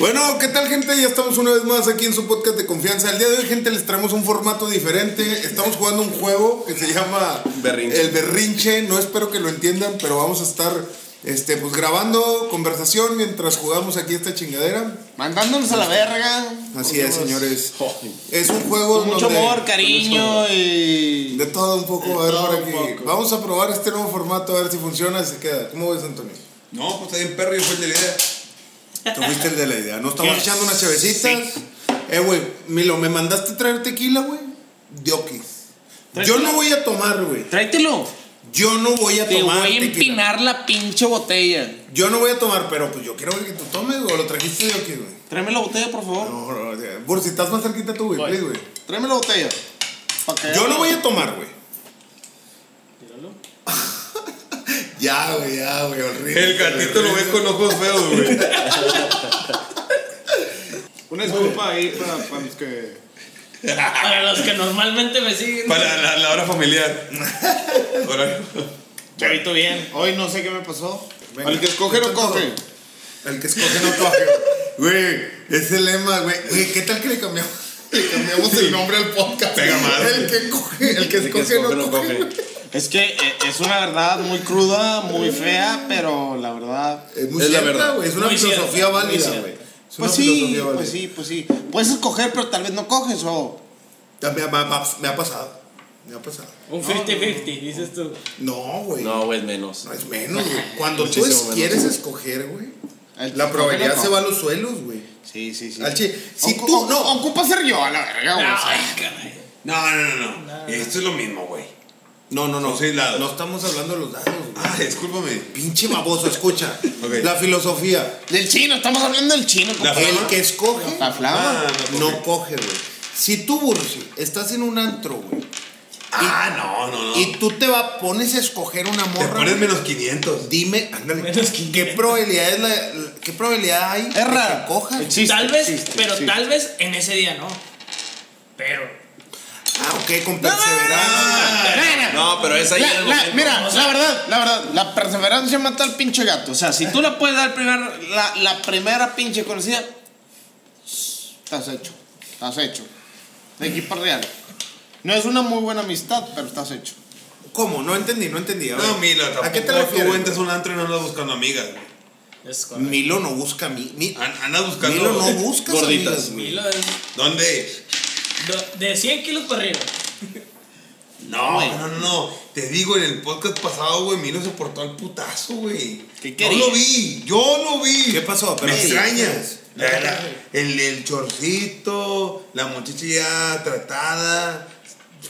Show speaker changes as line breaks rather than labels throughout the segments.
Bueno, ¿qué tal gente? Ya estamos una vez más aquí en su podcast de confianza. El día de hoy, gente, les traemos un formato diferente. Estamos jugando un juego que se llama
Berrinche.
El Berrinche. No espero que lo entiendan, pero vamos a estar este, pues, grabando conversación mientras jugamos aquí esta chingadera.
Mandándonos a la verga.
Así es, señores.
Ay,
Es un juego
Con mucho
donde-
amor, cariño y.
De todo un poco. A ver,
De todo
ahora
un
que-
poco.
Vamos a probar este nuevo formato, a ver si funciona, si se queda. ¿Cómo ves, Antonio?
No, pues está bien perro, yo fui el de la idea.
Te fuiste el de la idea. Nos estamos
Qué
echando unas chavecitas. Eh, güey, Milo, me mandaste traer tequila, güey. Diokis. Yo
Tranquilo.
no voy a tomar, güey.
Tráetelo.
Yo no voy a
Te voy
tomar.
a
tequila.
empinar la pinche botella.
Yo no voy a tomar, pero pues yo quiero que tú tomes, güey. ¿O lo trajiste Diokis, güey?
Tráeme la botella, por favor.
No, no, no. Bur, si estás más cerquita tú, güey.
Voy.
please, güey.
Tráeme la botella. Pa' que-
Yo no voy a tomar, güey. Ya, güey, ya, güey. Horrible.
El gatito lo ve con ojos feos, güey.
Una disculpa ahí para, para los que.
Para los que normalmente me siguen.
Para la, la hora familiar. Ahora,
Chavito bien.
Hoy no sé qué me pasó.
Venga.
Al que escoge, no coge.
El que escoge no coge. Güey, ese lema, güey. Güey, ¿qué tal que le cambiamos? Le cambiamos el nombre al podcast.
Pega más,
El que coge, el que
el que
escoge,
escoge
no,
no
coge.
coge.
güey.
Es que eh, es una verdad muy cruda, muy fea, pero la verdad.
Es muy
Es la
cierta,
verdad.
güey. Es una
Muy cierta,
filosofía
muy
válida,
cierta.
güey. Es una
Pues sí,
filosofía
pues
válida.
sí, pues sí. Puedes escoger, pero tal vez no coges o.
También me, ha- me ha pasado. Me ha pasado.
Un 50-50, dices tú.
No, güey. No.
No, güey, menos.
es menos, güey. Cuando tú
Muchísimo
es-
menos.
quieres escoger, güey,
El que
la
escoge,
probabilidad
no
se
coge.
va a los suelos, güey.
Sí, sí, sí.
Al chile. Si
Ocu-
tú
o-
no.
Ocupa ser yo, a la verga, güey. o sea.
Ay, Ah, caray.
No, no, no, no. Esto es lo mismo, güey.
No, no, no.
Los seis lados.
No estamos hablando de los dados, güey.
Ah, discúlpame.
Pinche baboso, escucha.
Ok.
La filosofía.
Del chino, estamos hablando del chino.
La
compa.
El
flama.
que escoge
La flama.
Ah,
no coge, güey. Si tú, Bursi, estás en un antro, güey,
Ah, no, no, no.
y tú te va, pones a escoger una
Te
morra,
pones
güey,
menos 500.
dime, ándale,
Menos
¿qué
500.
probabilidad, es la- la- ¿qué probabilidad hay de
Es raro.
que cojas?
Existe,
tal vez,
existe,
pero
existe.
tal vez en ese día no. Pero.
Ah, ok, con perseverancia.
Ah,
No, pero es ahí
La-
en el
la-
momento.
mira,
O sea-
la verdad, la verdad, la perseverancia mata al pinche gato. O sea, si tú le puedes dar primer, la, la primera pinche conocida, estás hecho. Estás hecho. De equipo real. No es una muy buena amistad, pero estás hecho.
¿Cómo? No entendí, no entendí. A, ver,
No, Milo,
¿A qué te
tampoco Tú
refieres?
entras a un antro y no andas buscando amigas. güey.
Es correcto.
Milo no busca a mí. Mi-
An- Andas buscando.
Milo no busca
gorditas.
Milo es
¿Dónde?
do- de 100 kilos para arriba.
No,
Güey.
no, no, no. Te digo, en el podcast pasado, güey, Milo se portó al putazo, güey.
¿Qué
Yo
quería?
lo vi, yo lo vi.
¿Qué pasó? Pero
Me
sí. pues,
extrañas. La- la-
Sí.
el, el chorcito, la muchacha ya tratada,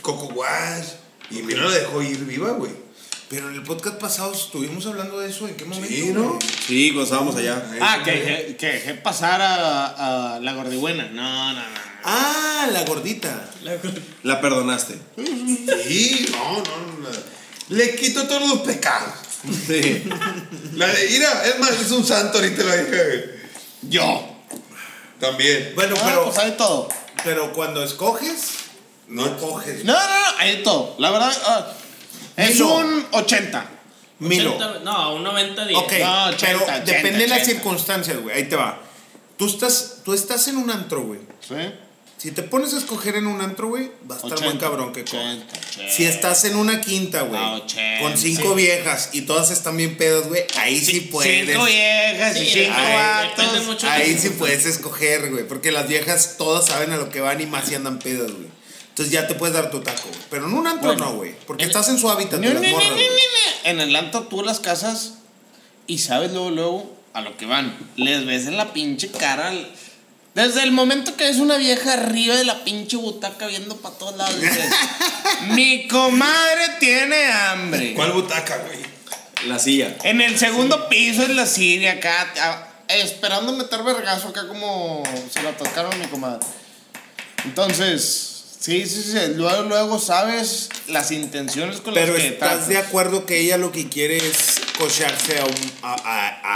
Coco Wash. Y Milo la dejó ir viva, güey.
Pero en el podcast pasado estuvimos hablando de eso. ¿En qué momento?
Sí, ¿no?
güey?
Sí, cuando estábamos allá.
Ah, que dejé, que dejé pasar a, a la gordibuena. No, no, no.
Ah, la gordita.
La cor-
La perdonaste.
Sí, no, no, no. Le quito todos los pecados.
Sí.
La de Ira, es más, es un santo, ahorita la dije, güey.
Yo.
También.
Bueno,
No,
pero,
pues hay de todo.
ah.
pero cuando escoges, no coges.
No, no, no, hay de todo. La verdad, ah, es
Milo.
un 80.
Milo.
80 no, un 90 días.
Ok,
No, 80,
pero
80,
depende de las
80.
circunstancias, güey. Ahí te va. Tú estás, tú estás en un antro, güey.
¿Sí?
Si te pones a escoger en un antro, güey, va a estar muy
80,
cabrón que cojas.
80, 80.
Si estás en una quinta, güey,
Ah, 80,
con cinco viejas y todas están bien pedas, güey, ahí sí puedes.
Cinco viejas y
Sí,
cinco
ahí depende
vatos.
mucho.
Ahí sí puedes escoger, güey, porque las viejas todas saben a lo que van y más si andan pedas, güey. Entonces ya te puedes dar tu taco, güey. Pero en un antro
Bueno.
no, güey, porque estás en su hábitat
Ni,
de
ni,
las
ni,
morras,
ni,
güey.
ni, ni. En Atlanta tú las casas y sabes luego, luego a lo que van. Les ves en la pinche cara. al- Desde el momento que es una vieja arriba de la pinche butaca viendo para todos lados, dices, mi comadre tiene hambre.
¿Cuál butaca, güey?
La silla.
En el segundo piso en la Siria, acá, a- esperando meter vergazo acá como se lo tocaron a mi comadre. Entonces, sí, sí, sí, luego, luego sabes las intenciones con
Pero
las que
estás
tratas.
de acuerdo que ella lo que quiere es cochearse a un, a,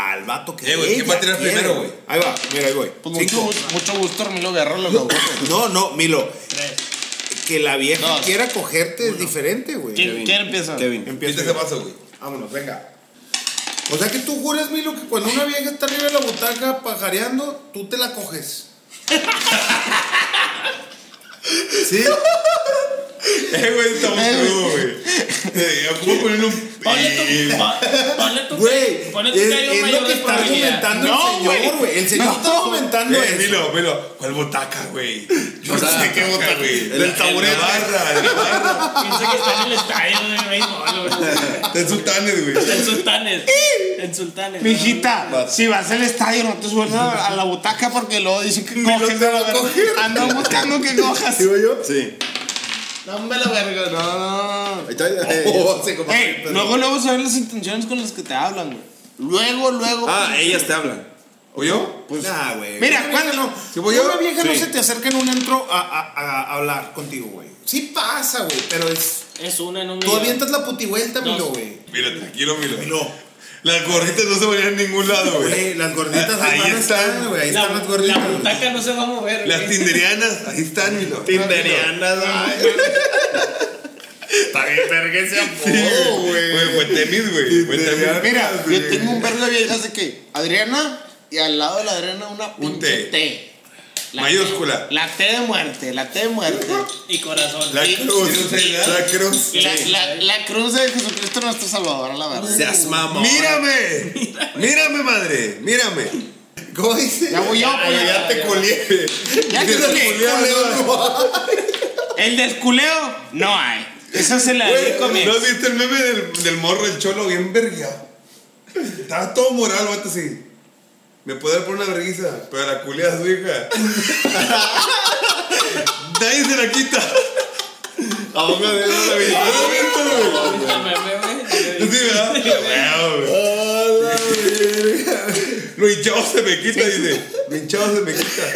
a- al vato que
Eh, güey, ¿quién
ella
va a tirar
quiere,
primero, güey?
Ahí va, mira, ahí voy.
Pues mucho,
Cinco.
gu- mucho gusto, Hermilo Guerrero, los dos.
No, no, Milo,
Tres.
que la vieja
Dos.
quiera cogerte es diferente, güey.
¿Quién, quién empieza?
Kevin.
Empieza.
Quita ese vaso, güey.
Vámonos, venga. O sea que tú juras, Milo, que cuando una vieja está arriba de la butaca pajareando, tú te la coges.
Sí.
Eh, güey, está buscando, güey. Eh, ¿Cómo ponerle un.
Ponle tu.
Eh,
pa- Ponle tu.
Güey,
Ponle tu
es,
que hay un
es
mayor
lo que
de
está
probabilidad.
argumentando
No,
el señor,
güey.
güey. El señor
No.
está argumentando
eh,
eso.
Milo, Milo, ¿cuál botaca, güey? Yo
O
no
sea,
sé qué botaca, güey.
el- el-
Del taburete. La barra, de la barra.
Piensa que está en el estadio de béisbol, güey.
Del sultanes, güey.
En Sultanes. En Sultanes.
Mijita, si vas al estadio no te subas a, a la butaca porque luego dicen que coges.
te va a coger.
Andan buscando que cojas.
¿Digo yo?
Sí.
No, hombre, la verga, no, no.
Ahí está. eh,
Oh, se comió
Ey,
el pelo.
luego, luego saber las intenciones con las que te hablan, güey. Luego, luego.
Ah, ellas te hablan.
¿O yo?
Pues,
Nah, güey.
Mira,
Una
¿cuándo?
vieja no?
¿Sí voy yo?
Una vieja no
Sí.
se te acerca en un entro a, a- a- a hablar contigo, güey. Sí pasa, güey, pero es...
Es una en un
Tú
millón.
avientas la putivuelta, Milo,
Dos.
güey.
Mira, tranquilo, Milo.
Milo.
Las gorritas no se van a ir a ningún lado,
Güey,
güey.
las gorditas
Ah, ahí
ahí van a
están.
estar, güey. Ahí
La,
están las
la
gorditas.
butaca no se va a mover.
Las
güey.
tinderianas, ahí están, Milo.
Está bien, verga ese
Oh, güey. Güey, fue tenis, güey. Fue tenis.
Mira, yo
güey.
tengo un verbo de viejas de que Adriana y al lado de la Adriana una
Un
pinche
T.
T. La
Mayúscula.
T- la T de muerte, la T de muerte.
Y corazón.
La cruz, la cruz.
La, la- la cruz de Jesucristo nuestro Salvador, a la verdad.
seas mamón.
Mírame, mírame, madre, mírame.
¿Cómo dice?
Ya voy yo,
Ya,
pues,
ya,
ya.
ya.
Te colié.
Ya te colié. El desculeo no hay. Esa se la dedico a mi
¿No viste el meme del, del morro, el cholo, bien vergueado? Estaba todo moral, vato, así. Me puede dar por una verguiza, pero la culea a su hija. Nadie se la quita.
Me- me-
Sí,
me-
¿verdad? Claro, güey. Lo hinchado se me quita, dice. Lo hinchado se me quita.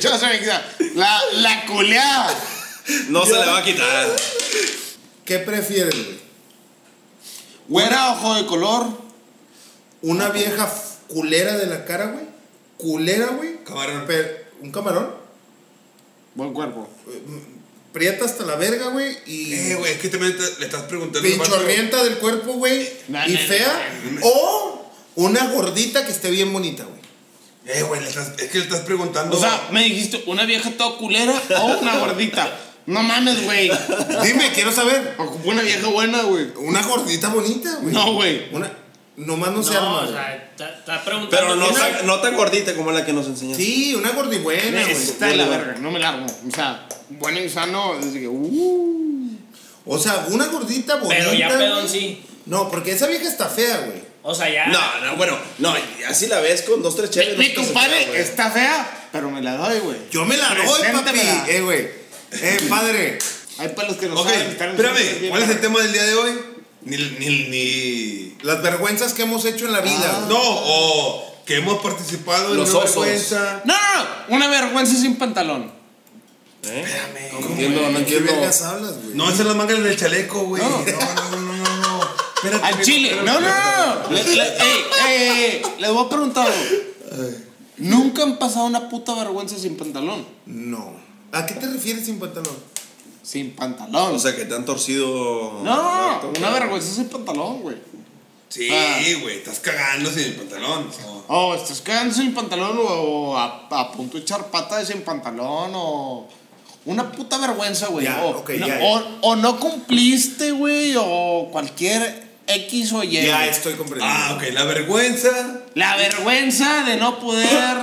Yo soy- La, la culeada.
No se le va a quitar.
¿Qué prefieres, güey?
Güera, ojo de color.
¿Una vieja f- culera de la cara, güey? ¿Culera, güey?
Camarón.
Pero- ¿Un camarón?
Buen cuerpo.
Prieta hasta la verga, güey. Y
Eh, güey, es que también te- le estás preguntando.
pinchorrienta del cuerpo, güey.
No,
Y
no, no,
fea. O una gordita que esté bien bonita, güey.
Eh, güey, le estás- es que le estás preguntando.
O sea, me dijiste una vieja toda culera o una gordita. No mames, güey.
Dime, quiero saber.
Ocupo una vieja buena, güey.
Una gordita bonita, güey.
No, güey.
Una. Nomás no, se
No,
arma.
o
güey.
sea, está- está preguntando.
Pero no
quién-
tan, no tan gordita como la que nos enseñaste.
Sí, una gordibuena, güey.
Está de la verga, no me largo. O sea, bueno y sano, desde que. Uh,
O sea, una gordita bonita.
Pero ya pedón
güey.
sí.
No, porque esa vieja está fea, güey.
O sea, ya.
Ah,
No, no, bueno, no, así la ves con dos, tres
mi
chelas.
mi compadre está fea, pero me la doy, güey.
Yo me la doy, papi.
Preséntamela.
Eh, güey. Eh, padre.
Hay para los que no
Ok,
saben. están en centros
espérame,
bien
¿cuál es el
raros.
tema del día de hoy? Ni, ni, ni...
Las vergüenzas que hemos hecho en la vida, güey.
Ah. No, o que hemos participado
Los
en una
osos.
vergüenza.
No, no, no. Una vergüenza sin pantalón.
¿Eh? No entiendo, no
¿De ¿Qué
entiendo.
vergas hablas, güey?
No, esa es la manga del chaleco, güey. No, no, no, no, no. no. Espérate,
Al
espérate,
chile.
espérate,
No, no,
espérate.
no. no. Le, le- ey, ey, ey, les voy a preguntar algo. Nunca han pasado una puta vergüenza sin pantalón.
No. ¿A qué te refieres sin pantalón?
Sin pantalón.
O sea, que te han torcido.
no, no, una vergüenza sin pantalón, güey.
Ah.
Sí, güey, estás cagando sin el pantalón. No.
O estás quedando sin pantalón o a, a punto de echar pata de sin pantalón o... Una puta vergüenza, güey.
Ya,
o,
ok,
no,
ya, ya.
o, o no cumpliste, güey, o cualquier X o Y.
Ya
güey.
estoy comprendiendo.
Ah, ok, la vergüenza.
La vergüenza de no poder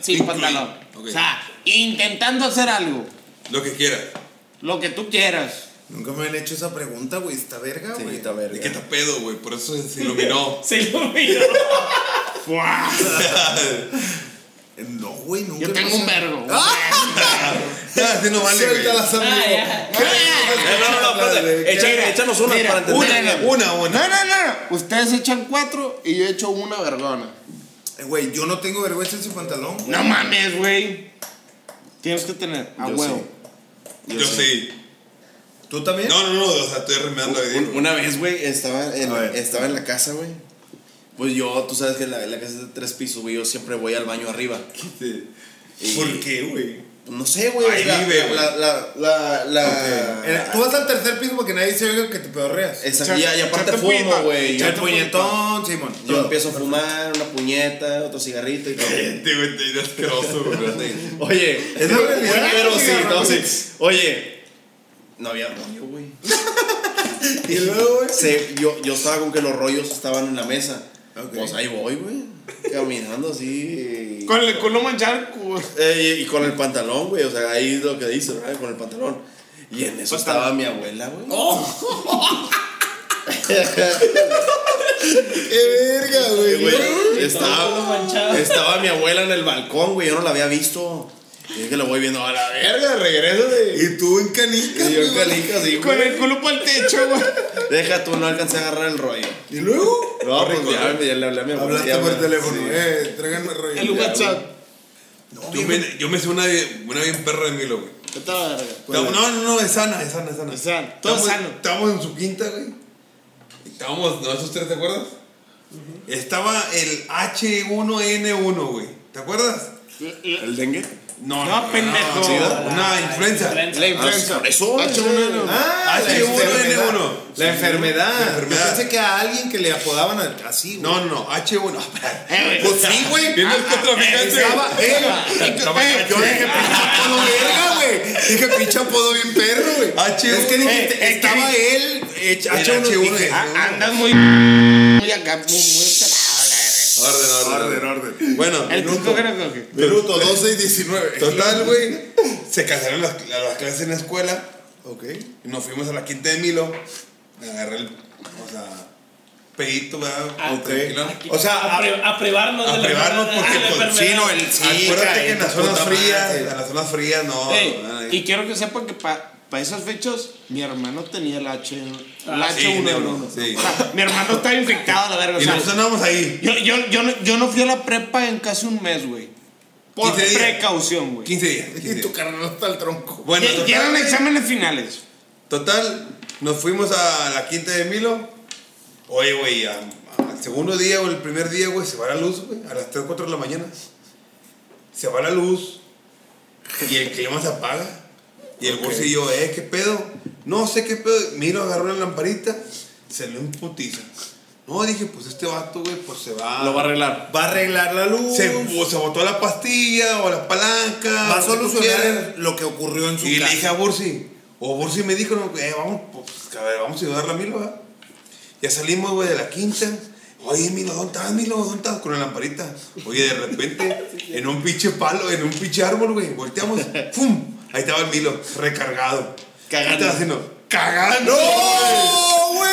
sin
Incluir.
pantalón.
Ok.
O sea, intentando hacer algo.
Lo que quieras.
Lo que tú quieras.
Nunca me han hecho esa pregunta, güey. Está verga,
Sí,
güey.
está
¿De qué
verga.
te pedo, güey? Por eso se iluminó.
Se iluminó.
¡Fua!
Eh, No, güey, nunca.
Yo
me
tengo un
pasa-
vergo.
Ya, así no vale, güey.
Suéltalas, amigo.
Ah, ya.
Eh, No, no, no, espérate. Echa- Échanos una
Mira,
para entender.
una,
Una, una.
No, no, no. Ustedes echan cuatro y yo echo una vergona.
Eh, Güey, yo no tengo vergüenza en su pantalón. güey.
No mames, güey. Tienes que tener a
Yo
huevo.
sí.
Yo sí.
¿Tú también?
No, no, no, o sea, estoy remedando la idea.
Un- Una vez, güey, estaba en,
A ver.
estaba en la casa, güey. Pues yo, tú sabes que la, la casa es de tres pisos, güey. Yo siempre voy al baño arriba.
Sí.
Y-
¿Por qué, güey?
no sé, güey.
Ahí
la-
vive, güey.
La, la, la, la-
Eh, Tú vas al tercer piso para que nadie se oiga que te pedorreas.
Exacto, y- y aparte
Echarte
fumo,
puñetón.
güey. Yo,
Echarte un puñetón, Simón.
yo empiezo a fumar una puñeta, otro cigarrito y todo.
Gente, güey, te irás asqueroso, güey. espérate.
Oye,
Es la realidad,
güey, pero
güey,
sí,
cabrón.
no, sí. Oye, no había rollo, güey.
Y luego, güey.
Se- yo, yo estaba con que los rollos estaban en la mesa.
Ok.
Pues ahí voy, güey. Caminando así.
Con el culo mancharco.
Eh, y, y con el pantalón, güey. O sea, ahí es lo que dice, ¿verdad? Con el pantalón. Y en
Pues
eso estaba mi abuela, güey.
Oh. ¡Qué verga,
Eh,
güey!
güey,
todo
estaba,
manchado.
estaba mi abuela en el balcón, güey. Yo no la había visto. Y es que la voy viendo a la verga, regreso de.
Y tú en canicas,
Y yo en
güey.
canicas, y,
Con
güey,
el culo para el techo, güey.
Deja tú, no alcancé a agarrar el rollo.
Y luego
No, pues ya, ya le hablé a mi abuela.
hablaste
ya,
por
güey.
teléfono.
Sí.
Eh, tráiganme rollo.
El WhatsApp.
Yo me, yo me sé una, de- una bien perra de Milo, güey.
Vete a la verga.
No, no, no, es sana, es sana, es sana.
O sea, todo
Estábamos-
sano.
Estábamos en su quinta, güey. Estábamos, ¿no? ¿Esos tres te acuerdas? Estaba el H1N1, güey. ¿Te acuerdas?
¿El dengue?
No,
No,
Ah,
pendejo.
¿sida? Una
La
influenza.
influenza.
La
Ah,
influenza.
por eso, H1N1.
Ah, la
H1N1.
enfermedad. La enfermedad.
La enfermedad.
Yo pensé que a alguien que le apodaban a- así, güey.
No, no, no,
Eh,
H1.
güey.
Pues sí, güey. Viendo el traficante.
Estaba, eh, eh, yo dije pinche apodo verga, güey. Dije pinche apodo bien perro, güey.
H1.
Es que dijiste,
Eh, es que
estaba él, eh, H1N1.
H1N1.
Ah,
Ah, Andas muy. Muy acá, muy. muy alterado,
Orden, orden, orden.
orden.
Bueno,
la verga. El cuco creo que.
Minuto 12 y 19.
total, güey. Se cancelaron las, las clases en la escuela.
Ok.
Y nos fuimos a la quinta de Milo. Me agarré el. O sea. Pedito, ¿verdad?
Ah,
O tranquilo.
O sea,
A,
a-
pri- a privarnos
A
de la
privarnos
enfermedad,
porque pues,
de la
con
enfermedad.
chino el sí,
Acuérdate que
cae,
en las
tu
zonas
puta
frías,
madre.
en las zonas frías no.
Ey,
ay.
y quiero que sepan que para esas fechas mi hermano tenía el H, el
Ah,
sí,
H1N1.
sí.
O sea, mi hermano estaba infectado, la verga. o
Y
sea,
nosotros andábamos ahí.
yo, yo, yo, no, yo no fui a la prepa en casi un mes, güey. Por
15 días.
precaución, güey.
15 días. 15
y
días.
tu carnal está al tronco.
Bueno,
Y-
total,
y eran
güey,
exámenes finales.
total, nos fuimos a la quinta de Milo. Oye, güey, a- a- al segundo día o el primer día, güey, se va la luz, güey, a las 3, 4 de la mañana. Se va la luz y el clima se apaga. Y el bolsillo, y yo, eh, ¿qué pedo? No sé qué pedo. Milo agarró una lamparita, se lo imputiza. No, dije, pues este vato, güey, pues se va.
Lo va a arreglar.
Va a arreglar la luz.
se, o se botó la pastilla o la palanca.
va a
no sé qué quieren.
solucionar lo que ocurrió en su
Y le dije
casa.
a Bursi, o Bursi me dijo, no, eh, vamos, pues, a ver, vamos a ayudarla a Milo, ¿verdad? Ya salimos, güey, de la quinta. Oye, Milo, ¿dónde estás, Milo? ¿Dónde estás? Con la lamparita. Oye, de repente, en un pinche palo, en un pinche árbol, güey, volteamos, ¡pum! Ahí estaba el Milo, recargado.
Cagando.
¿Qué estás haciendo? ¡Cagando!
¡No, güey!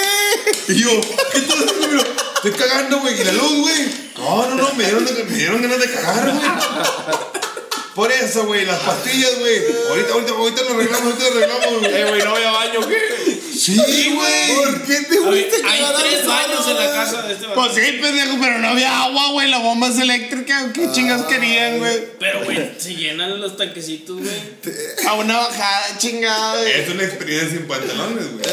Y yo, ¿qué estás haciendo, Milo? Estoy cagando, güey, y la luz, güey. No, no, no, me dieron, me dieron ganas de cagar, güey. Por eso, güey, las pastillas, güey. Ahorita, ahorita, ahorita lo arreglamos, ahorita lo arreglamos, güey.
Eh, güey, no voy a baño, ¿qué?
Sí, güey.
¿Por qué te fuiste a
Hay
quedar
tres
al
baños en la
salón?
casa de este vato.
Pues sí, pendejo, pero no había agua, güey. La bomba es eléctrica. ¿Qué chingas querían, güey?
Pero, güey, se llenan los tanquecitos, güey.
A una bajada, chingada. güey.
Es una experiencia sin pantalones, güey.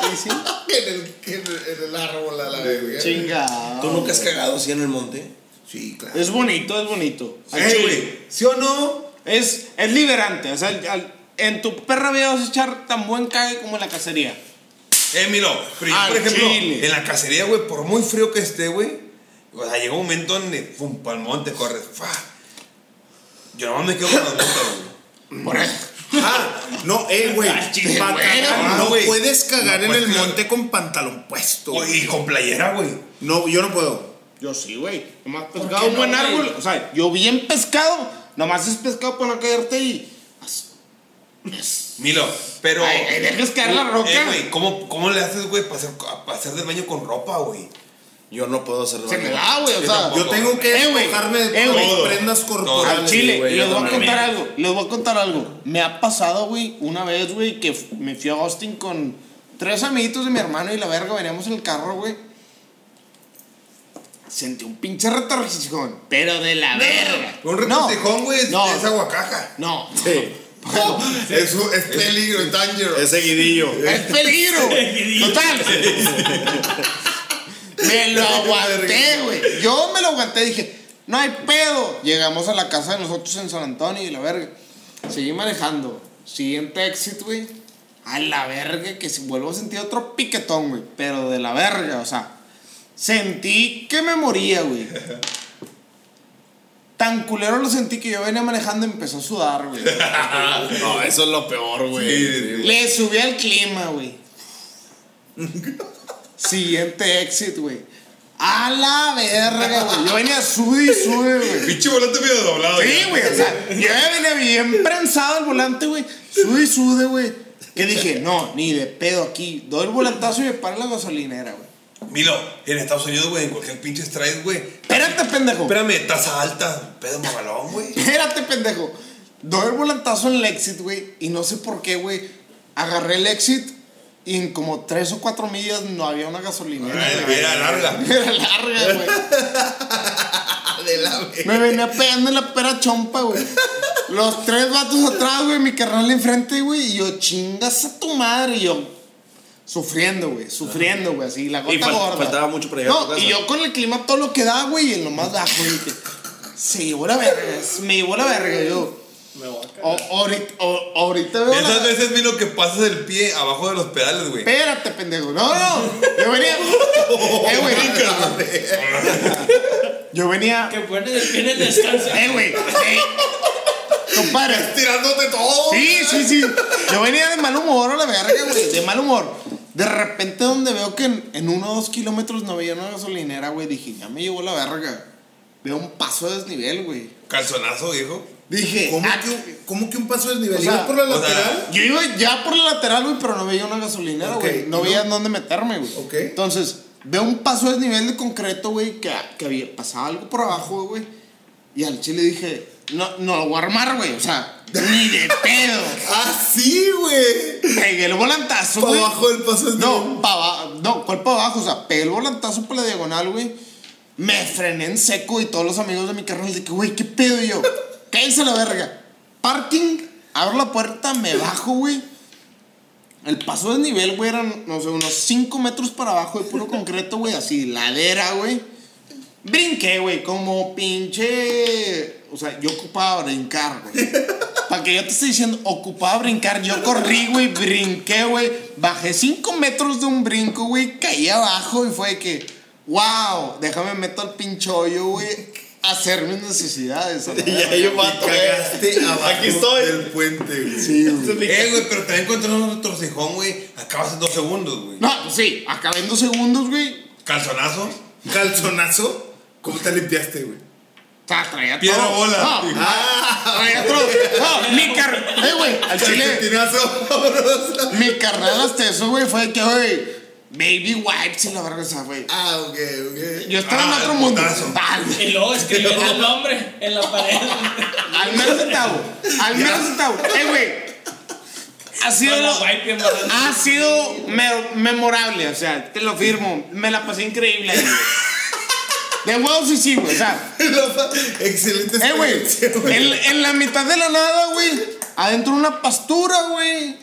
En el, en el- en el árbol a la verga.
Chingada.
¿Tú nunca has cagado así en el monte?
Sí, claro.
Es bonito, es bonito. Al
Ey,
chile.
güey, ¿sí o no?
Es, es liberante. O sea, al- al- en tu perra vida vas a echar tan buen cague como en la cacería.
Eh, miro, pero yo,
Al
por ejemplo,
chile.
en la cacería, güey, por muy frío que esté, güey, o sea, llega un momento donde, pum, pa'l monte, corres, fa. Yo nomás me quedo con las botas, güey.
Ah, no, eh, güey.
Ah, chile,
pa'
güey.
cagar,
Ah,
no
güey.
puedes cagar en
No puedes
el
cagar.
monte con pantalón puesto.
Oye, Y con playera, güey.
No, yo no puedo.
Yo sí, güey. Nomás
¿Por
pescado
qué
un buen
no, güey?
árbol. O sea, yo bien pescado. Nomás es pescado para no caerte y.
Milo, pero.
Ay, ay, dejas caer la roca.
Eh, güey, ¿cómo, ¿cómo le haces, güey, para hacer, pa' hacer del baño con ropa, güey?
Yo no puedo hacer
Se me
baño.
da, güey. O
Yo
sea,
tampoco.
Yo tengo que
Eh, güey.
despojarme de
Eh,
todas
güey.
mis prendas
Al
corporales.
chile,
güey,
les
yo
voy a
también.
contar algo, les voy a contar algo. Me ha pasado, güey, una vez, güey, que f- me fui a Austin con tres amiguitos de mi hermano y la verga, veníamos en el carro, güey. Sentí un pinche retorcijón, pero de la verga.
Un
No,
retortijón, güey, es,
No,
es aguacaja.
no,
Sí,
Es, es peligro, es danger.
es seguidillo.
es peligro. Total. me lo aguanté, güey. Yo me lo aguanté, dije, no hay pedo. Llegamos a la casa de nosotros en San Antonio y la verga. seguí manejando. Siguiente exit, güey. A la verga, que si vuelvo a sentir otro piquetón, güey. Pero de la verga, o sea. Sentí que me moría, güey. Tan culero lo sentí que yo venía manejando y empezó a sudar, güey.
No, eso es lo peor, güey.
Sí, sí.
Le subí al clima, güey. Siguiente exit, güey. A la verga, güey. Yo venía sube y sube, güey.
Pinche volante medio doblado.
Sí,
ya.
güey, o sea, yo ya venía bien prensado el volante, güey. Sude y sude, güey. Que dije, no, ni de pedo aquí. Doy el volantazo y me para la gasolinera, güey.
Milo, en Estados Unidos, güey, en cualquier pinche strike, güey.
Espérate, pendejo.
Espérame, tasa alta. Pedo mamalón, güey.
Espérate, pendejo. Doy el volantazo en el exit, güey. Y no sé por qué, güey. Agarré el exit y en como tres o cuatro millas no había una gasolinera.
Era
güey.
era larga.
Era larga, güey. Me venía pegando en la pera chompa, güey. Los tres vatos atrás, güey, mi carnal enfrente, güey. Y yo, chingas a tu madre. Y yo, sufriendo, güey, sufriendo, güey, así, la gota
Y fal-
gorda.
faltaba mucho para llegar a tu
No, y
casa.
yo con el clima todo lo que da, güey, y en lo más bajo, dije, se llevó la verga, me llevó la verga. Yo,
Me voy a cagar.
o- ahorita, o- ahorita veo. la-
Esas veces, Milo, que pasas el pie abajo de los pedales, güey.
Espérate, pendejo. No, no. Yo venía. eh, güey. Yo venía.
Que ponen el pie en el descanso.
Eh, güey. eh. Compadre.
Tirándote todo.
Sí, sí, sí. Yo venía de mal humor a la verga, güey. De mal humor. De repente, donde veo que en, en uno o dos kilómetros no veía una gasolinera, güey, dije, ya me llevó la verga. Veo un paso de desnivel, güey.
Calzonazo, viejo.
Dije,
¿Cómo
ah,
que, cómo que un paso desnivelado
O sea,
por la
o sea,
lateral?
yo iba ya por la lateral, güey, pero no veía una gasolinera,
Ok,
güey. no
¿no?
veía en dónde meterme, güey.
Ok.
Entonces, veo un paso de nivel de concreto, güey, que, que había, pasaba algo por abajo, güey. Y al chile dije, no, no lo voy a armar, güey. O sea, ni de pedo.
ah, sí, güey.
Pegué el volantazo,
Para
güey.
abajo del paso desnivelado.
No, pa' abajo, no, cuerpo abajo, o sea, pegué el volantazo por la diagonal, güey. Me frené en seco y todos los amigos de mi carro de que, güey, ¿qué pedo Y yo? Cállense la verga. Parking, abro la puerta, me bajo, güey. El paso de nivel, güey, eran, no sé, unos 5 metros para abajo de puro concreto, güey, así, ladera, güey. Brinqué, güey, como pinche. O sea, yo ocupaba brincar, güey. Para que yo te esté diciendo, ocupaba brincar. Yo corrí, güey, brinqué, güey. Bajé 5 metros de un brinco, güey. Caí abajo y fue de que, wow, déjame meto al pinche hoyo, güey. a Hacer mis necesidades. a la
Y
verga".
ahí yo mato. güey.
Cagaste abajo
Aquí estoy.
del puente, güey.
Sí, güey.
Eh, güey, pero también cuando no un retorcijón, güey, acabas en dos segundos, güey.
No, pues sí, acabé en dos segundos, güey.
Calzonazo.
Calzonazo, ¿cómo te limpiaste, güey?
O sea, traía
Piedra
todo.
bola.
No, traía todo. No, mi car... Eh, güey, al chile.
Calcetinazo.
Mi carnal hasta eso, güey, fue de que, güey, baby wipes y la verga esa, güey.
ah, ok, ok.
Yo estaba
Ah,
en otro
el
mundo.
putazo.
Al,
Y luego escribiendo el nombre en la pared.
al menos centavo. Al menos centavo. Eh, güey. Ha sido,
Con la wipe en balance.
ha sido me- memorable, o sea, te lo firmo. Me la pasé increíble ahí, güey. De huevos y sí, güey, o sea.
Excelente.
Eh, güey,
experiencia,
en, en la mitad de la nada, güey, adentro de una pastura, güey,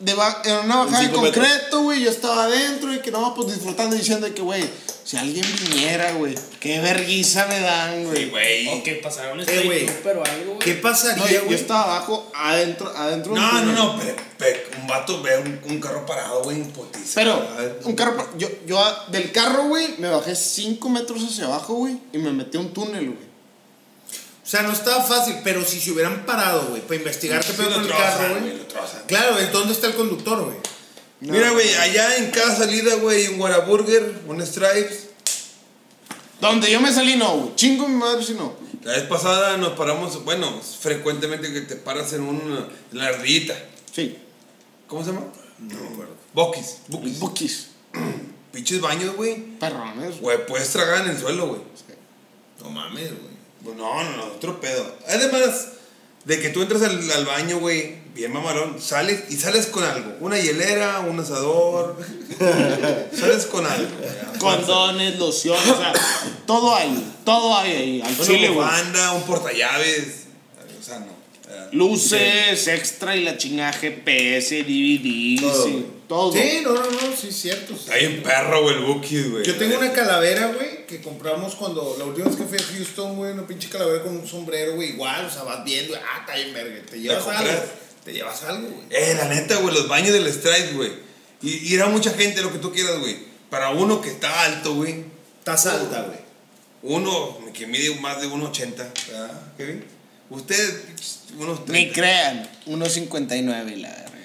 de ba- en una bajada de
cinco metros.
concreto, güey, yo estaba adentro y que no, pues disfrutando y diciendo que, güey, si alguien viniera, güey, qué vergüenza me dan, güey.
Sí, güey.
O que pasaron
Eh,
este
güey.
YouTube, pero algo,
¿Qué
No,
güey.
pasaría,
yo,
güey?
yo estaba abajo, adentro, adentro. de un
No, no,
túnel.
no, pero, pero un vato ve un, un carro parado, güey, en potiza.
Pero,
A ver,
un carro, pa- yo, yo ah, del carro, güey, me bajé 5 metros hacia abajo, güey, y me metí a un túnel, güey.
O sea, no estaba fácil, pero si se hubieran parado, güey, para investigar qué
Sí
pedo
lo
con el
trozan,
carro,
güey,
güey.
lo trozan.
Claro, ¿en dónde está el conductor, güey?
No.
Mira, güey, allá en cada salida, güey, un Whataburger, un Stripes.
Donde yo me salí, no, güey, chingo mi madre si no.
La vez pasada nos paramos, bueno, frecuentemente que te paras en una en la ardillita.
Sí,
¿Cómo se llama? No me acuerdo. Bokis, bokis.
buquis,
Pinches baños, güey.
perrones, güey.
Güey, puedes tragar en el suelo, güey.
No mames, güey.
No, no, no, otro pedo. Además de que tú entras al, al baño, güey, bien mamalón, sales y sales con algo. Una hielera, un asador. sales con algo. güey.
Condones, lociones, o sea, todo hay, todo hay ahí, al
Una
chile, güey.
bufanda, un portallaves. O sea, no. Eh,
Luces, extra y la chingada GPS, DVD,
Todo,
sí,
güey.
todo.
Sí, no, no, no, sí, cierto.
Está bien perro, güey, el Bookies, güey.
Yo tengo una calavera, güey, que compramos cuando la última vez que fui a Houston, güey, una pinche calavera con un sombrero, güey, igual, o sea, vas viendo, ah, está bien, verga, te llevas
compras?
algo, te llevas algo, güey.
Eh, la neta, güey, los baños del Strike, güey. Y, y era mucha gente, lo que tú quieras, güey. Para uno que está alto, güey.
Estás alta, güey.
Uno que mide más de 1,80. ¿Verdad, Kevin? Ustedes, unos
Ni
30.
crean, 1.59 la verga.
Yo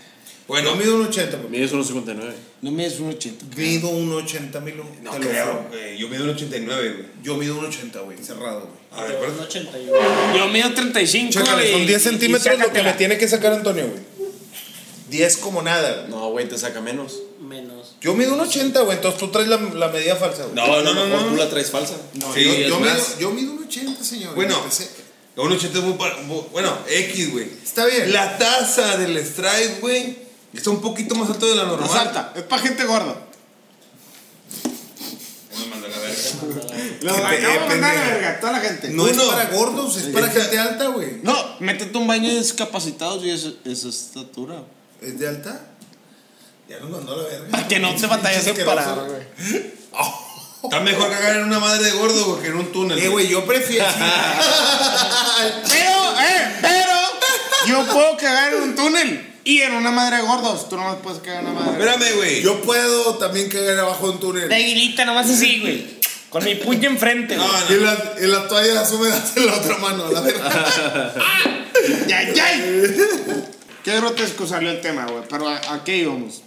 Bueno,
mido un 80, güey.
Mide solo 59.
No me des 1.80.
Mido un 80, Milo.
no
te lo
creo,
juro.
güey. Yo mido 1,89, güey.
Yo mido un 80, güey, cerrado, güey.
A ver, perdón.
81.
Yo mido 35.
Chécale,
y-
son 10
y
centímetros lo que
sácatela.
me tiene que sacar Antonio, güey.
10 como nada, güey.
No, güey, te saca menos.
Menos.
Yo mido un 80, güey, entonces tú traes la, la medida falsa, güey.
No, no, no,
Mejor
no.
Tú
no.
la traes falsa.
No,
Sí,
yo,
es
yo
más.
mido, yo mido un 80, señor.
Bueno.
Empecé-
1,80 es muy, pa- muy- Bueno, X, güey.
Está bien.
La taza del Strike, güey, está un poquito más alto de la normal.
Más alta, es para gente gorda.
Me mandó la verga.
Lo
Qué
acabo
pe-
de mandar a la
pendejo.
verga, toda la gente.
No es
Uno.
para gordos, es para gente alta, güey.
No, métete un baño de discapacitados y esa es estatura.
¿Es de alta? Ya nos mandó a la verga.
Para que no te batalles en
Pinche
parar,
asqueroso.
güey.
Está mejor cagar en una madre de gordo, güey, que en un túnel.
Eh, güey, yo prefiero.
Pero, eh, pero, yo puedo cagar en un túnel y en una madre de gordos. Tú no me puedes cagar en una madre.
Espérame, güey.
yo puedo también cagar abajo de un túnel.
De aguilita, nomás así, güey. Con mi puño enfrente, güey.
No,
Y las, y las toallas húmedas en la otra mano, a la verga.
¡Ay, ay! Qué grotesco salió el tema, güey. Pero ¿a, a qué íbamos?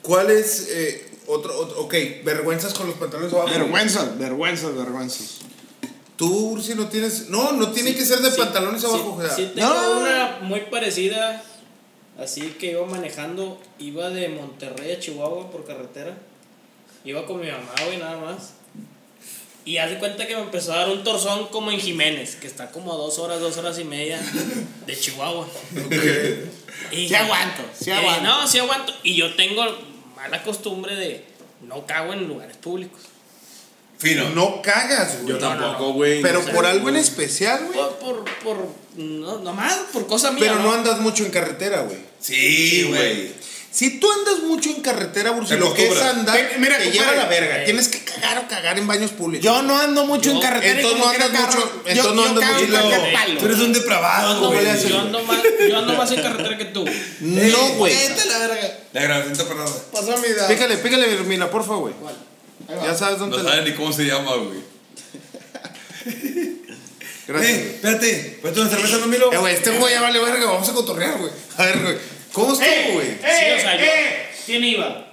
¿Cuál es eh, otro, otro? Ok, vergüenzas con los pantalones abajo.
Vergüenzas, vergüenzas, vergüenzas.
Tú, Ursi, no tienes. No, no tiene que ser de
Sí,
pantalones
sí,
abajo, o sea,
Sí, tengo
No.
una muy parecida. Así que iba manejando, iba de Monterrey a Chihuahua por carretera. Iba con mi mamá, güey, nada más. Y haz de cuenta que me empezó a dar un torzón como en Jiménez, que está como a dos horas, dos horas y media de Chihuahua. Y
Sí aguanto, sí
eh,
aguanto.
no, sí aguanto. Y yo tengo mala costumbre de no cago en lugares públicos.
Fino.
No cagas, güey.
Yo tampoco, güey.
Pero
No sé,
por algo en
güey.
especial, güey.
Por, por, por no, nomás, por cosa mía.
Pero no andas mucho en carretera, güey.
Sí, güey.
Si tú andas mucho en carretera, Ursi,
Te
lo que es
acostumbras.
andar,
Ven, mira,
te lleva a la
compadre.
verga.
Eh.
Tienes que cagar o cagar en baños públicos.
Yo no ando mucho en
Yo-
carretera. y
entonces
como
no
quiera
andas
cago-
mucho-
yo-
entonces no
yo
andas
cago en
mucho.
cualquier
No,
palo.
Tú eres un depravado,
No,
güey.
le haces?
yo, ando más, yo ando más en carretera que tú.
No, güey.
La grabación está parada.
Pícale, pícale, Virmina, porfa, güey. Ya sabes dónde.
No
la-
saben ni cómo se llama, güey.
Gracias.
Eh, espérate. ¿Puedes una cerveza, no, Milo?
Eh, güey, este juego ya vale verga, vamos a cotorrear, güey. A ver, güey. ¿Cómo
Eh.
estuvo, güey?
Sí, o sea, yo- ¿Quién iba?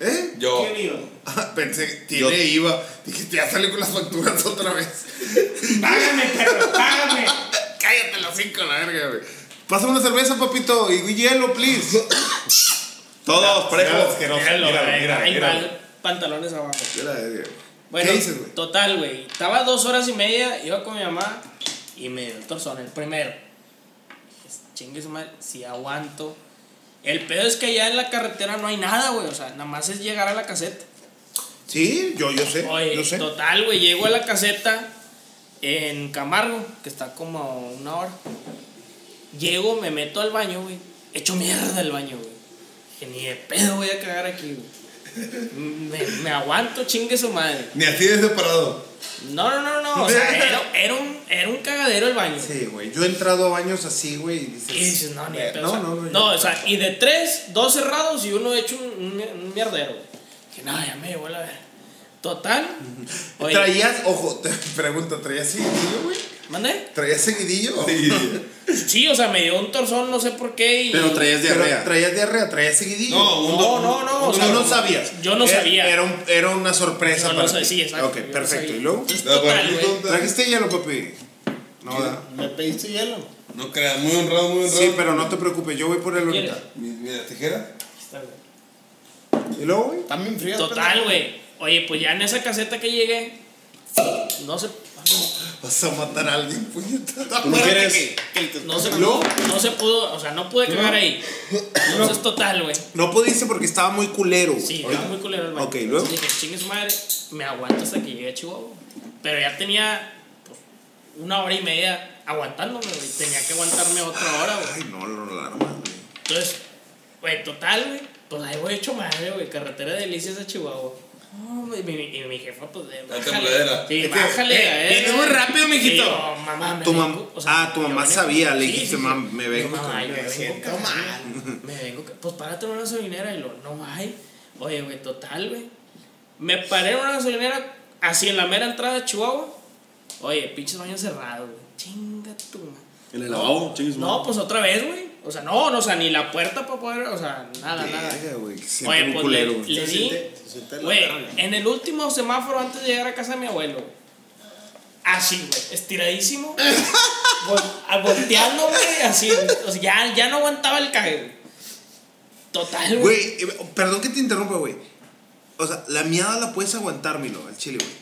¿Eh?
Yo.
¿Quién iba?
Ah, pensé que tiene IVA. Dije, ya salió con las facturas otra vez.
Págame, perro, págame.
Cállate las cinco, la verga, güey. Pásame una cerveza, papito, y hielo, please.
Todos, parejos.
Míralo, güey, ahí va, pantalones abajo.
Ya la verga, güey.
Bueno,
¿Qué dices, güey?
total, güey. Estaba dos horas y media, iba con mi mamá y me dio el torzón, el primero. Dije, Chingue su madre, si aguanto. El pedo es que allá en la carretera no hay nada, güey. O sea, nada más es llegar a la caseta.
Sí, yo, yo sé.
Oye,
yo sé.
total, güey, llego a la caseta en Camargo, que está como a una hora. Llego, me meto al baño, güey. Hecho mierda el baño, güey. Que ni de pedo voy a cagar aquí, güey. Me, me aguanto, chingue su madre.
Ni así de separado.
No, no, no, no. O sea, era, era un, era un cagadero el baño.
Sí, güey. Yo he entrado a baños así, güey, y dices. "Eh,
Y dices, no, ni de pedo.
No,
o sea,
no, no, ya.
o sea, y de tres, dos cerrados y uno hecho un, un mier- un mierdero, güey. Que no, ya me llevó la ver. Total. Oye,
Traías, ojo, te pregunto, ¿traías seguidillo, güey?
¿Mandé?
¿Traías seguidillo?
Sí, o sea, me dio un torzón, no sé por qué. Y
Pero traías
Pero
diarrea.
traías diarrea, traías seguidillo.
No, un
No, no, no. o
Tú
sea,
no sabías.
Yo no
Era-
sabía.
Era, un- era una sorpresa
Yo no
para
sé,
ti.
sí, exacto.
Ok,
yo no
perfecto.
sabía.
¿Y luego?
Entonces,
No,
total,
pero
güey.
¿Trajiste hielo, papi? No, ¿verdad?
¿Me pediste hielo?
No creas, muy honrado, muy honrado.
Sí, pero no te preocupes, yo voy por él
¿Quieres?
ahorita.
Mi- Mira, tijera.
¿Y luego, güey?
También frío.
Total, güey. Oye, pues ya en esa caseta que llegué, no sé.
Vas a matar a alguien, puñeta.
¿Tú no quieres?
No se pudo, no se pudo, o sea, no pude cagar ahí. Entonces, total, güey.
No pudiste porque estaba muy culero. güey.
Sí,
Ahorita.
estaba muy culero el baño.
Ok, luego.
Entonces dije, chingue su madre, me aguanto hasta que llegue a Chihuahua. Pero ya tenía pues, una hora y media aguantándome, güey. Tenía que aguantarme otra hora, güey.
Ay, no, lo lo armas, güey.
Entonces, güey, total, güey. Pues ahí voy hecho madre, güey. Carretera de delicias a Chihuahua. No, güey, mi- mi- y mi jefa, pues, de,
La
bájale.
tembladera.
Sí,
Es que,
bájale.
eh, viene muy rápido, mijito.
yo, mamá, me
Tu mam-
vengo, o sea,
ah, tu
yo
mamá
vengo-
sabía, le
sí,
dijiste,
sí, sí.
mam, me vengo.
No,
con-
ay, me vengo
siento
mal. Me vengo. ca- Pues párate en una gasolinera y lo, no hay. Oye, güey, total, güey. Me paré en una gasolinera así en la mera entrada de Chihuahua. Oye, pinches baños cerrados, güey. Chinga tu madre.
En el lavabo, chingues,
No, pues otra vez, güey. O sea, no, no, o sea, ni la puerta para poder, o sea, nada, nada.
Verga, güey, que siente
Oye,
un
pues
culero,
le,
güey.
le
Se
di,
siente- se siente la
güey,
verga.
en el último semáforo antes de llegar a casa de mi abuelo. güey. Así, güey, estiradísimo. vol- a- volteándome, así. güey. O sea, ya, ya no aguantaba el cague, güey. Total, güey.
Güey, eh, perdón que te interrumpa, güey. O sea, la miada la puedes aguantar, Milo, al chile, güey.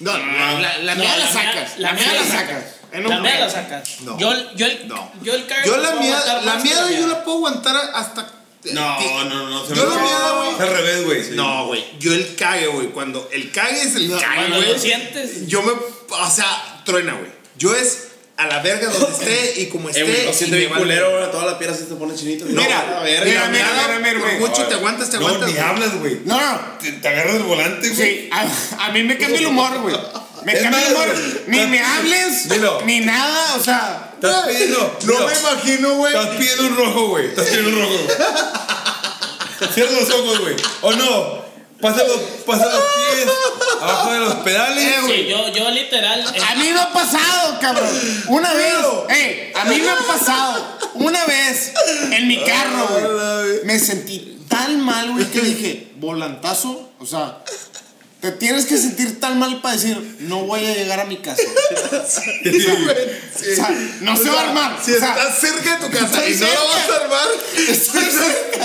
No, la, la, la
No,
mía
la
la
mía-
sacas.
la
La
mía
mía la
la
sacas. En un
La mía la
momento.
sacas.
No.
Yo, yo, el,
No.
yo el cague
Yo
lo
la
puedo
mía,
aguantar
la
más que
miada yo
miada.
la puedo aguantar hasta.
No, no, no. se
Yo
me-
la miada, güey.
Es al revés, güey.
No, güey. Yo el cague, güey. Cuando el cague es el cague,
Cuando
güey.
lo sientes.
Yo me. O sea, truena, güey. Yo es a la verga donde esté y como esté.
Eh, güey, lo
y
siente
me
bien
vale.
culero, ahora toda la piel así te pone chinito.
No,
a
mira,
la
mira,
verga,
mira,
mira.
mira,
mira, mira,
por
mira.
mucho te este aguantas, te
No,
aguantas.
ni
güey.
hablas, güey.
No, no.
Te, te agarras el volante, güey.
Sí, a, a mí me cambia el humor, güey. Me
Es
cambia el
más,
humor.
güey.
Ni me hables,
Dilo.
ni nada, o sea.
Estás pidiendo.
No
mira,
me imagino, güey.
Estás pidiendo un rojo, güey. Estás pidiendo un rojo, güey. Cierra los ojos, güey. O no. Pasa los, pasa los pies abajo de los pedales.
Sí, yo, yo literal. eh,
Ah,
A mí me ha pasado, cabrón. Una vez. Ey, a mí me ha pasado. Una vez en mi carro, güey. Me sentí tan mal, güey, que dije, volantazo. O sea, te tienes que sentir tan mal para decir, no voy a llegar a mi casa. O sea, no se va a armar.
Si
O sea,
estás cerca de tu casa
estoy
y no la vas a
cerca.
armar,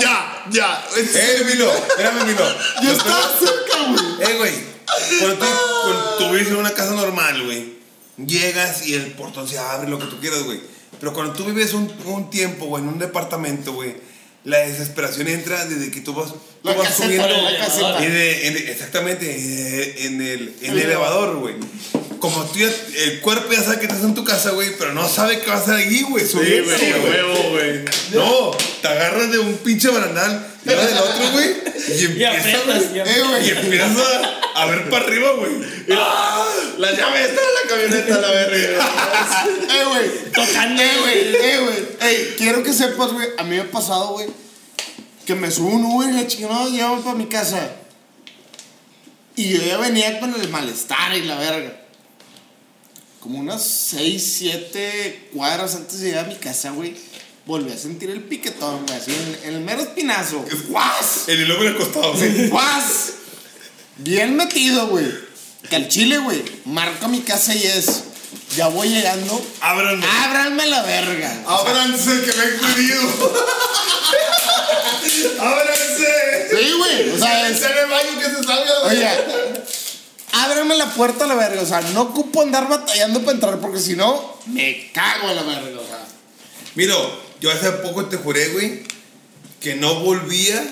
ya, ya.
Eh, Milo, espérame, Milo.
yo estaba cerca, güey.
Eh, güey. Cuando tú, cuando tú vives en una casa normal, güey, llegas y el portón se abre, lo que tú quieras, güey. Pero cuando tú vives un, un tiempo, güey, en un departamento, güey, la desesperación entra desde que tú vas, tú
La
vas
caseta,
subiendo.
güey, la caseta.
en el- en el- exactamente, en el, en el elevador, güey. Como tú ya, el cuerpo ya sabe que estás en tu casa, güey, pero no sabe qué va a hacer allí, güey.
Sí,
subiendo,
güey, a
güey.
huevo, güey.
No, te agarras de un pinche barandal, y ahora del otro, güey, y
Y
empiezas,
apretas,
güey,
y
eh, güey, y empiezas a, a ver para arriba, güey.
La llave está en la camioneta, la verga.
Eh, güey.
Tocando,
Eh, güey. Eh, güey. Ey, quiero que sepas, güey. A mí me ha pasado, güey. Que me subo un Uber y la chica, no, llevamos para mi casa. Y yo ya venía con el malestar y la verga. Como unas 6, 7 cuadras antes de llegar a mi casa, güey. Volví a sentir el piquetón, güey. Así en, en el mero espinazo. ¡Guas!
El hilo me costado, güey.
¡Guas! Bien metido, güey. Que al chile, güey. Marco mi casa y es. Ya voy llegando.
Ábranme.
Ábranme la verga.
Ábranse que me he jodido. Ábranse.
Sí, güey. O sea, es-
Se le baño que se salga. güey.
Oye. Ábreme la puerta a la verga. O sea, no ocupo andar batallando para entrar porque si no, me cago a la verga. O sea.
Miro, yo hace poco te juré, güey, que no volvía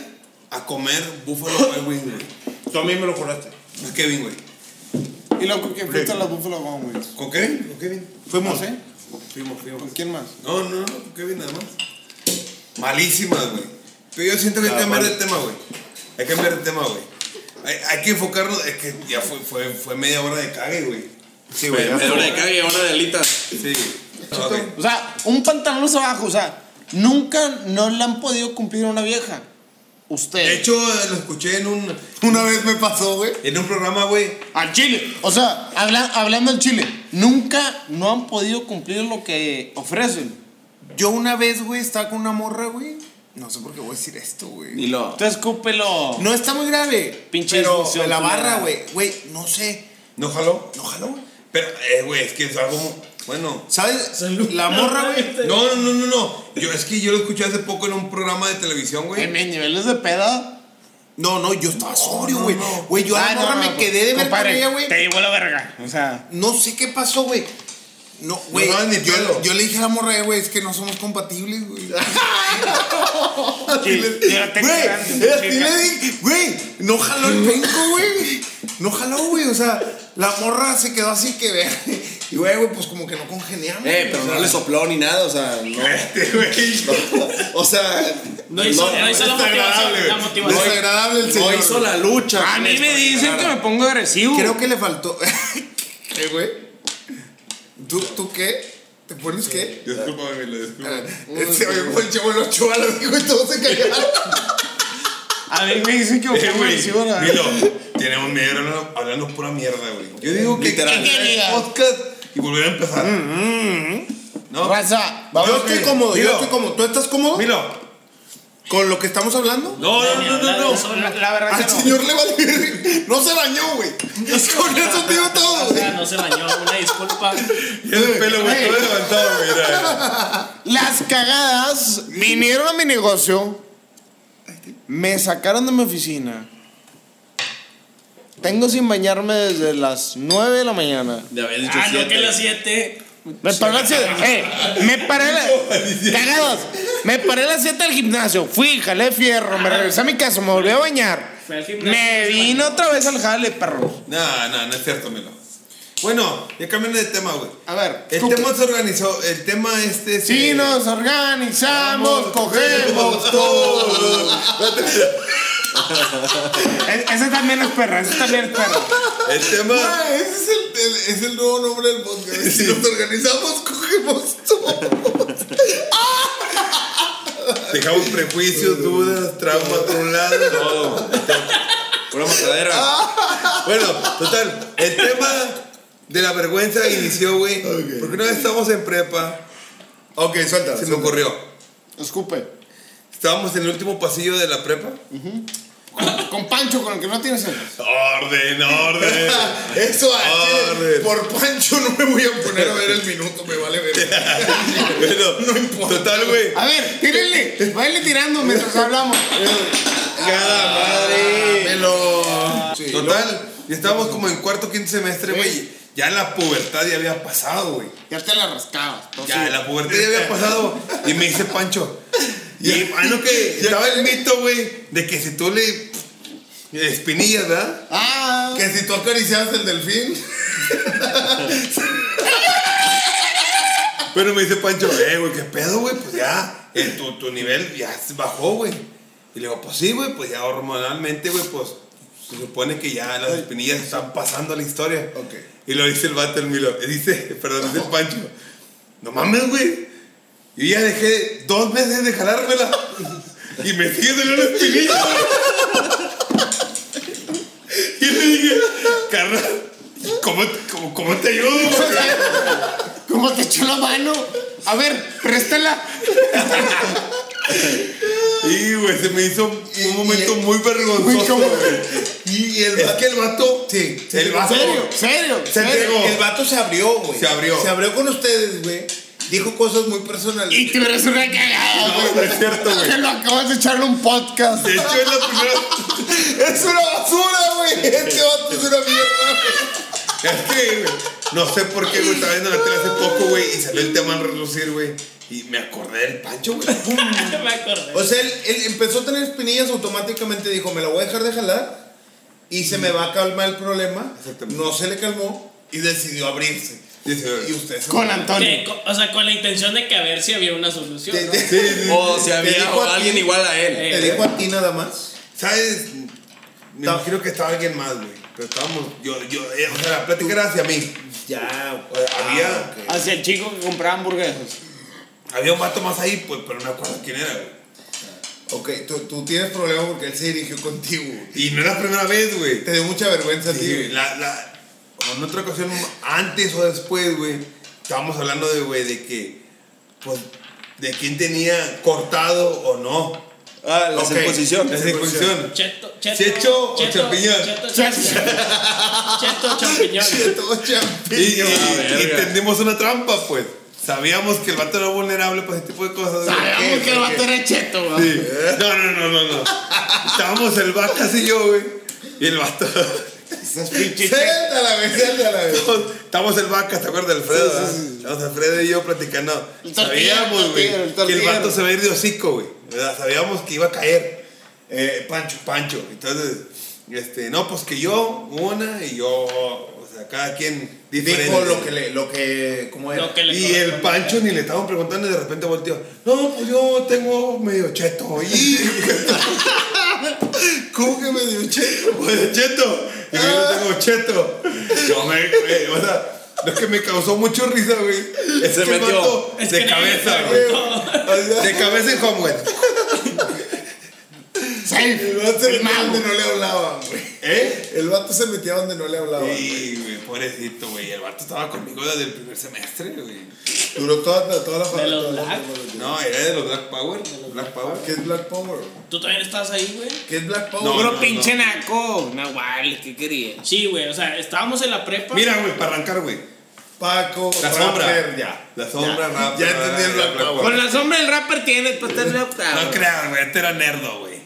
a comer Buffalo Wild Wings, güey.
Tú a mí me lo juraste.
Es Kevin, güey.
Y luego, ¿con quién fuiste a la Buffalo Wild Wings?
¿Con Kevin? ¿Con Kevin?
¿Fuimos, eh?
Fuimos, fuimos.
¿Con quién más?
No, no, no, con Kevin nada más. Malísimas, güey. Pero yo siento que hay que
Nada
cambiar de
mal.
tema, güey. Hay que cambiar de tema, güey. Hay, hay que enfocarnos, es que ya fue, fue, fue media hora de cague, güey.
Sí, güey. ya
Media
fue.
hora de cague, hora de alita.
Sí. Ok.
O sea, un pantalón hacia abajo. O sea, nunca no le han podido cumplir a una vieja.
De
Usted.
hecho, eh, lo escuché en un,
Una vez me pasó, güey.
en un programa, güey.
Al Chile. O sea, habla- hablando al Chile, nunca no han podido cumplir lo que ofrecen.
Yo una vez, güey, estaba con una morra, güey. No sé por qué voy a decir esto, güey.
Dilo.
Entonces, cúpelo.
No está muy grave.
Pinche
pero
disfunción
en la
culera.
barra, güey. Güey, no sé.
¿No jaló?
No jaló, güey.
Pero, eh, güey, es que es algo. mu- Bueno.
¿Sabes? La morra, güey.
No, no, no, no, no. Yo, es que yo lo escuché hace poco en un programa de televisión,
En
güey.
mis niveles de peda.
No, no, yo estaba sobrio,
no,
güey.
no.
Güey, yo a la
Ah, no,
morra
no,
me
no,
quedé de ver con
compadre,
ella, güey.
Te llevo la verga. O sea,
No sé qué pasó, güey. No, güey.
sabes ni
yo,
pedo.
yo le dije a la morra, eh, güey, es que no somos compatibles, güey.
sí, yo la tengo
Güey,
grande,
así
chica.
le dije, güey, no jaló el penco, güey. No jaló, güey. O sea, la morra se quedó así que ver. Y
Y güey, güey, pues como que no congeniamos.
Eh, pero
o sea,
no le sopló ni nada, o sea, no.
Este, güey.
O sea,
No hizo, no, hizo la motivación.
desagradable,
La
güey.
motivación.
Desagradable el señor.
no hizo la lucha.
A mí me dicen que me pongo agresivo.
Creo que le faltó. ¿Qué, güey? ¿Tú, ¿Tú qué? ¿Te pones qué?
Discúlpame, Milo, discúlpame.
Este, oye, güey, el chavo el ocho a los dijo y todos se callaron.
A mí me dicen que me
Eh,
pongo
güey,
agresivo. la verdad.
Milo, tenemos miedo hablando- hablando pura mierda, güey. Yo digo que
Literal.
que- que- podcast y volver a
Mm.
empezar. No.
Mm-hmm. Raza,
Yo estoy cómodo, yo
Milo.
estoy cómodo. ¿Tú estás cómodo
Milo.
con lo que estamos hablando?
No, no, no, no, no.
la, la verdad
Al
que no.
señor le vale. No se bañó, güey. Es con eso te digo todo,
O
güey.
sea, no se bañó, una disculpa.
Ya el pelo, güey, todo levantado, güey. mira.
Las cagadas vinieron a mi negocio. Me sacaron de mi oficina. Tengo sin bañarme desde las 9 de la mañana.
De haber dicho
Ah, no,
siete.
que las 7.
Me paré a las 7. Eh, me paré a las. Cagados. Me paré a las 7 al gimnasio. Fui, jalé fierro. Me regresé a mi casa. Me volví a bañar.
Fue al gimnasio.
Me vine otra vez al jale, perro.
No, no, no es cierto, Milo. Bueno, ya cambiando de tema, güey.
A ver.
El
tú-
tema se organizó, el tema este es,
Si
eh,
nos organizamos,
Vamos,
cogemos todos. Es- E-, ese también es perro, ese también es perro.
el tema
Ah, ese es el, el- es el nuevo nombre del podcast. Si nos organizamos, cogemos todo.
dejamos prejuicios, dudas, traumas por un lado, todo.
Pura matadera.
Bueno, total, el tema de la vergüenza inició, güey. Porque una vez estábamos en prepa,
Ok, suelta.
se me ocurrió.
Escupe.
Estábamos en el último pasillo de la prepa.
Con Pancho, con el que no tienes celos.
Orden, orden.
Eso a
Ah, Orden.
Por Pancho no me voy a poner a ver el minuto, me vale ver.
bueno, no importa. Total, güey.
A ver, tírenle, váyanle tirando mientras hablamos.
Cada madre.
Dámelo. Sí,
Total, y estábamos como en cuarto, quinto semestre, güey. Ya la pubertad ya había pasado, güey.
Ya te la rascabas. todo
Ya,
sí.
la pubertad ya había pasado. Y me dice Pancho. Y mano que estaba el mito, güey, de que si tú le espinillas, ¿verdad?
Ah,
Que si tú acariciabas el delfín.
Pero me dice Pancho, eh, güey, qué pedo, güey, pues ya, eh, tu, tu nivel ya se bajó, güey. Y le digo, pues sí, güey, pues ya hormonalmente, güey, pues se supone que ya las espinillas están pasando a la historia.
Ok.
Y lo dice el vato, el Milo, eh, dice, perdón, dice el Pancho, no mames, güey, yo ya dejé dos veces de jalármela y me sigue saliendo la espinilla, güey. Y le dije, carnal, ¿cómo, cómo, cómo te ayudo, güey?
¿Cómo te echó la mano? A ver, préstala.
Y, güey, se me hizo
Y-
un momento
y-
muy vergonzoso.
cómodo.
güey. Y el vato. que el vato.
Sí.
El vato.
Serio, serio.
Se
serio.
entregó.
El vato se abrió, güey.
Se abrió.
Se abrió con ustedes, güey. Dijo cosas muy personales.
Y te hubieras una cagada,
No, no es cierto, güey.
Que lo acabas de echarle un podcast.
De hecho, es la primera.
¡Es una basura, güey! Este vato es una mierda.
Es que, güey, no sé por qué, güey, estaba viendo la tele hace poco, güey, y salió el tema al relucir, güey. Y me acordé del pancho, güey.
Me acordé.
O sea, él, él empezó a tener espinillas automáticamente. Dijo, me la voy a dejar de jalar. Y se me va a calmar el problema.
Exactamente.
No se le calmó. Y decidió abrirse.
Dice,
Y usted se
Con Antonio.
Que co- o sea, con la intención de que a ver si había una solución.
Te-
¿no?
te-
O si
Te
había
dijo a ti.
alguien igual a él.
Eh.
Te dijo a ti nada más.
¿Sabes? Me
Ta-
imagino que estaba alguien más, güey. Pero estábamos. Yo, yo, eh, o sea, la plática era hacia mí.
Ya,
O sea, había.
Hacia el chico que compraba hamburguesas.
Había un vato más ahí, pues, pero no me acuerdo quién era, güey.
Ok, tú, tú tienes problema porque él se dirigió contigo. güey.
Y no era la primera vez, güey.
Te dio mucha vergüenza a ti.
Sí,
güey.
la, la, o en otra ocasión, antes o después, güey, estábamos hablando de, güey, de que, pues, de quién tenía cortado o no.
Ah, la
Ok,
circuncisión.
La circuncisión.
Cheto, cheto.
Checho o
cheto,
champiñón.
Cheto, champiñón. Cheto, champiñón.
Todo
Y,
champiñón.
y,
Ah,
y
verga.
tendimos una trampa, pues. Sabíamos que el vato era vulnerable para ese tipo de cosas. güey.
Sabíamos Ah, que el vato era cheto, güey.
Sí. No, no, no, no, no. Estábamos el vacas y yo, güey. Y el vato.
Esas pinches.
Siéntala, güey, siéntala, güey.
Estábamos el vaca, ¿te acuerdas de Alfredo? ah? Estábamos Alfredo y yo platicando.
El tortillero,
Sabíamos,
el
güey,
tortillero, el
que el
tortillero.
vato se va a ir de hocico, güey. ¿verdad? Sabíamos que iba a caer. Eh, Pancho, Pancho. Entonces, este, no, pues que yo una y yo, o sea, cada quien Diferente.
Dijo lo que le, lo que, ¿cómo era?
Lo que le
Y el
corresponde.
Pancho ni le estaban preguntando y de repente volteó. No, pues yo tengo medio cheto. Y...
¿Cómo que me dio che?
Pues cheto. Y yo no tengo cheto. Yo me. me- o sea, lo que me causó mucho risa, güey. es
Se
que el
metió.
vato
Es que
de
le
cabeza,
hizo,
güey. De cabeza en Homewell.
El vato se metía donde no le hablaba, güey.
¿Eh?
El vato se metía donde no le hablaba.
Y, güey, pobrecito, güey. El vato estaba conmigo desde el primer semestre, güey.
Duró toda, toda la
De los
toda la-
Black.
toda la-
No, era de los Black Power. Black Power.
¿Qué es Black Power? güey?
¿Tú también estás ahí, güey?
¿Qué es Black Power?
No,
Puro
no,
pinche naco. Nahual, ¿qué querías?
Sí, güey, o sea, estábamos en la prepa.
Mira, güey, para arrancar, güey.
Paco,
La sombra.
Rapper, ya.
La sombra,
ya,
rap,
Ya entendí el
ya,
Black
Black
Power.
Con la sombra el rapper tiene, pues está en la octava.
No creas, güey. Este era nerdo, güey.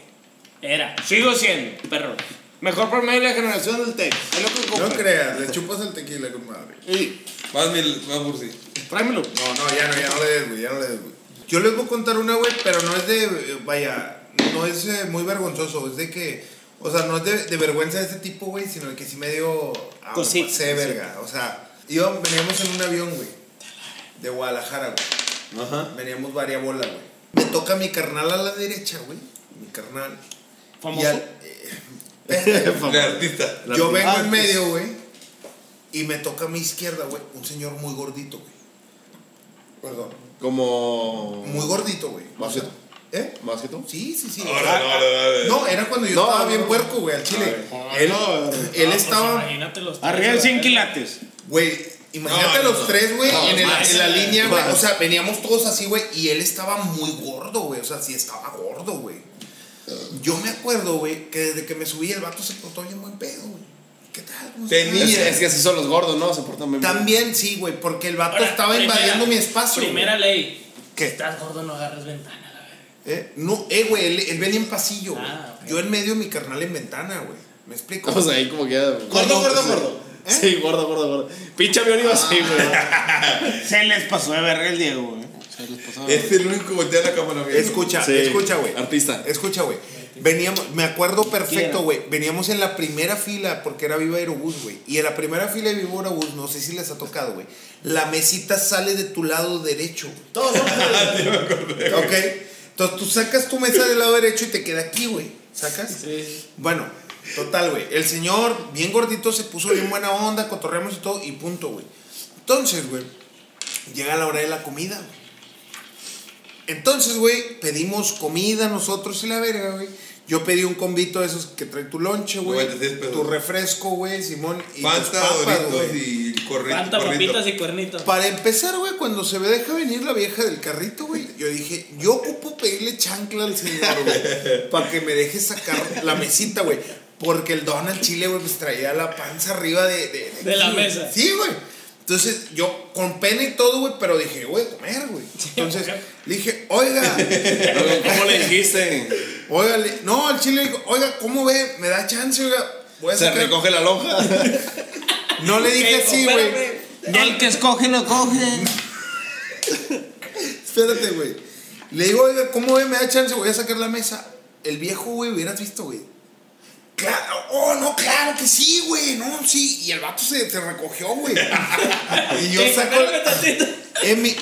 Era. Sigo siendo, perro.
Mejor promedio de la generación del tech. Es lo que ocupa.
No creas, le chupas el tequila, compadre.
Sí,
Vas, mil, vas, por sí.
tráemelo.
No, no, ya no, ya no le des, güey, ya no le des, güey. Yo les voy a contar una, güey, pero no es de, eh, vaya, no es eh, muy vergonzoso, es de que, o sea, no es de, de vergüenza de ese tipo, güey, sino el que sí me dio, ah,
Cosita.
pasé, verga, o sea, íbamos- veníamos en un avión, güey, de Guadalajara, güey.
Ajá.
Veníamos varias bolas, güey. Me toca mi carnal a la derecha, güey. Mi carnal.
Famoso.
Y al- eh,
El artista.
yo vengo en medio, güey. Y me toca a mi izquierda, güey. Un señor muy gordito, güey. Perdón.
Como.
Muy gordito, güey. O
Más que-
sea, ¿Eh?
¿Más que tú?
Sí, sí, sí.
Ahora, no, no, no, no.
No, era cuando yo
No,
estaba
no,
bien
no.
puerco, güey, al chile.
Él.
Él
Ah, pues
estaba,
Imagínate los tres,
Arriba de
güey.
100 quilates.
güey. Imagínate
No, no,
los
no.
tres, güey,
No,
en, el-
más.
en la línea, güey.
Más.
O sea, veníamos todos así, güey, y él estaba muy gordo, güey. O sea, sí estaba gordo, güey. Yo me acuerdo, güey, que desde que me subí el vato se portó bien buen pedo, güey. ¿Qué tal? ¿Cómo estás?
Es,
Tenía-
es que así son los gordos, ¿no? Se portan bien.
También sí, güey, porque el vato
Ahora,
estaba
primera-
invadiendo mi espacio. güey.
Primera ley.
¿Qué?
Estás gordo, no agarres ventana, la verga.
Eh, No, eh, güey, él, él venía en pasillo, güey.
Ah, ok.
Yo en medio, mi carnal en ventana, güey. ¿Me explico?
O sea, ahí como que ya.
Gordo, gordo,
sí.
gordo. ¿Eh? Ah,
Sí, gordo, gordo, gordo. Pinche avión iba así, güey.
Se les pasó de verga el Diego, güey. Se les pasó de verga.
Este es el único que voltea la cámara, güey.
Escucha,
Sí,
escucha, güey.
artista.
Escucha, güey. Veníamos, me acuerdo perfecto, güey. Veníamos en la primera fila porque era Viva Aerobús, güey. Y en la primera fila de Viva Aerobús, no sé si les ha tocado, güey. La mesita sale de tu lado derecho. güey.
Todos son
Sí, me acordé, güey.
Ok. Entonces tú sacas tu mesa del lado derecho y te queda aquí, güey. ¿Sacas?
Sí.
Bueno, total, güey. El señor, bien gordito, se puso bien buena onda, cotorreamos y todo, y punto, güey. Entonces, güey, llega la hora de la comida, güey. Entonces, güey, pedimos comida nosotros y la verga, güey. Yo pedí un convito de esos que trae tu lonche, güey.
96 pesos.
Tu refresco, güey, Simón. Y tus
Panta,
papas,
Doritos
güey.
y corre-
Panta,
corrito.
papitas y cuernitos.
Para empezar, güey, cuando se me deja venir la vieja del carrito, güey, yo dije, yo ocupo pedirle chancla al señor, güey, para que me deje sacar la mesita, güey. Porque el don al chile, güey, pues traía la panza arriba de... De,
De la
aquí, güey.
mesa.
Sí, güey. Entonces, yo con pena y todo, güey, pero dije, voy a comer, güey. Entonces, le dije, oiga,
¿Cómo le dijiste?
oiga, le- no, al chile, le digo, oiga, ¿cómo ve? ¿Me da chance, oiga? Voy a
Se
sacar...
recoge la lonja.
No le dije
Ok,
así, güey.
espérame.
El que escoge lo coge.
Espérate, güey. Le digo, oiga, ¿cómo ve? Me da chance, voy a sacar la mesa. El viejo, güey, hubieras visto, güey. Claro, oh, no, claro que sí, güey, no, sí. Y el vato se, se recogió, güey. y yo
Sí,
saco.
espérame tantito.
En mi.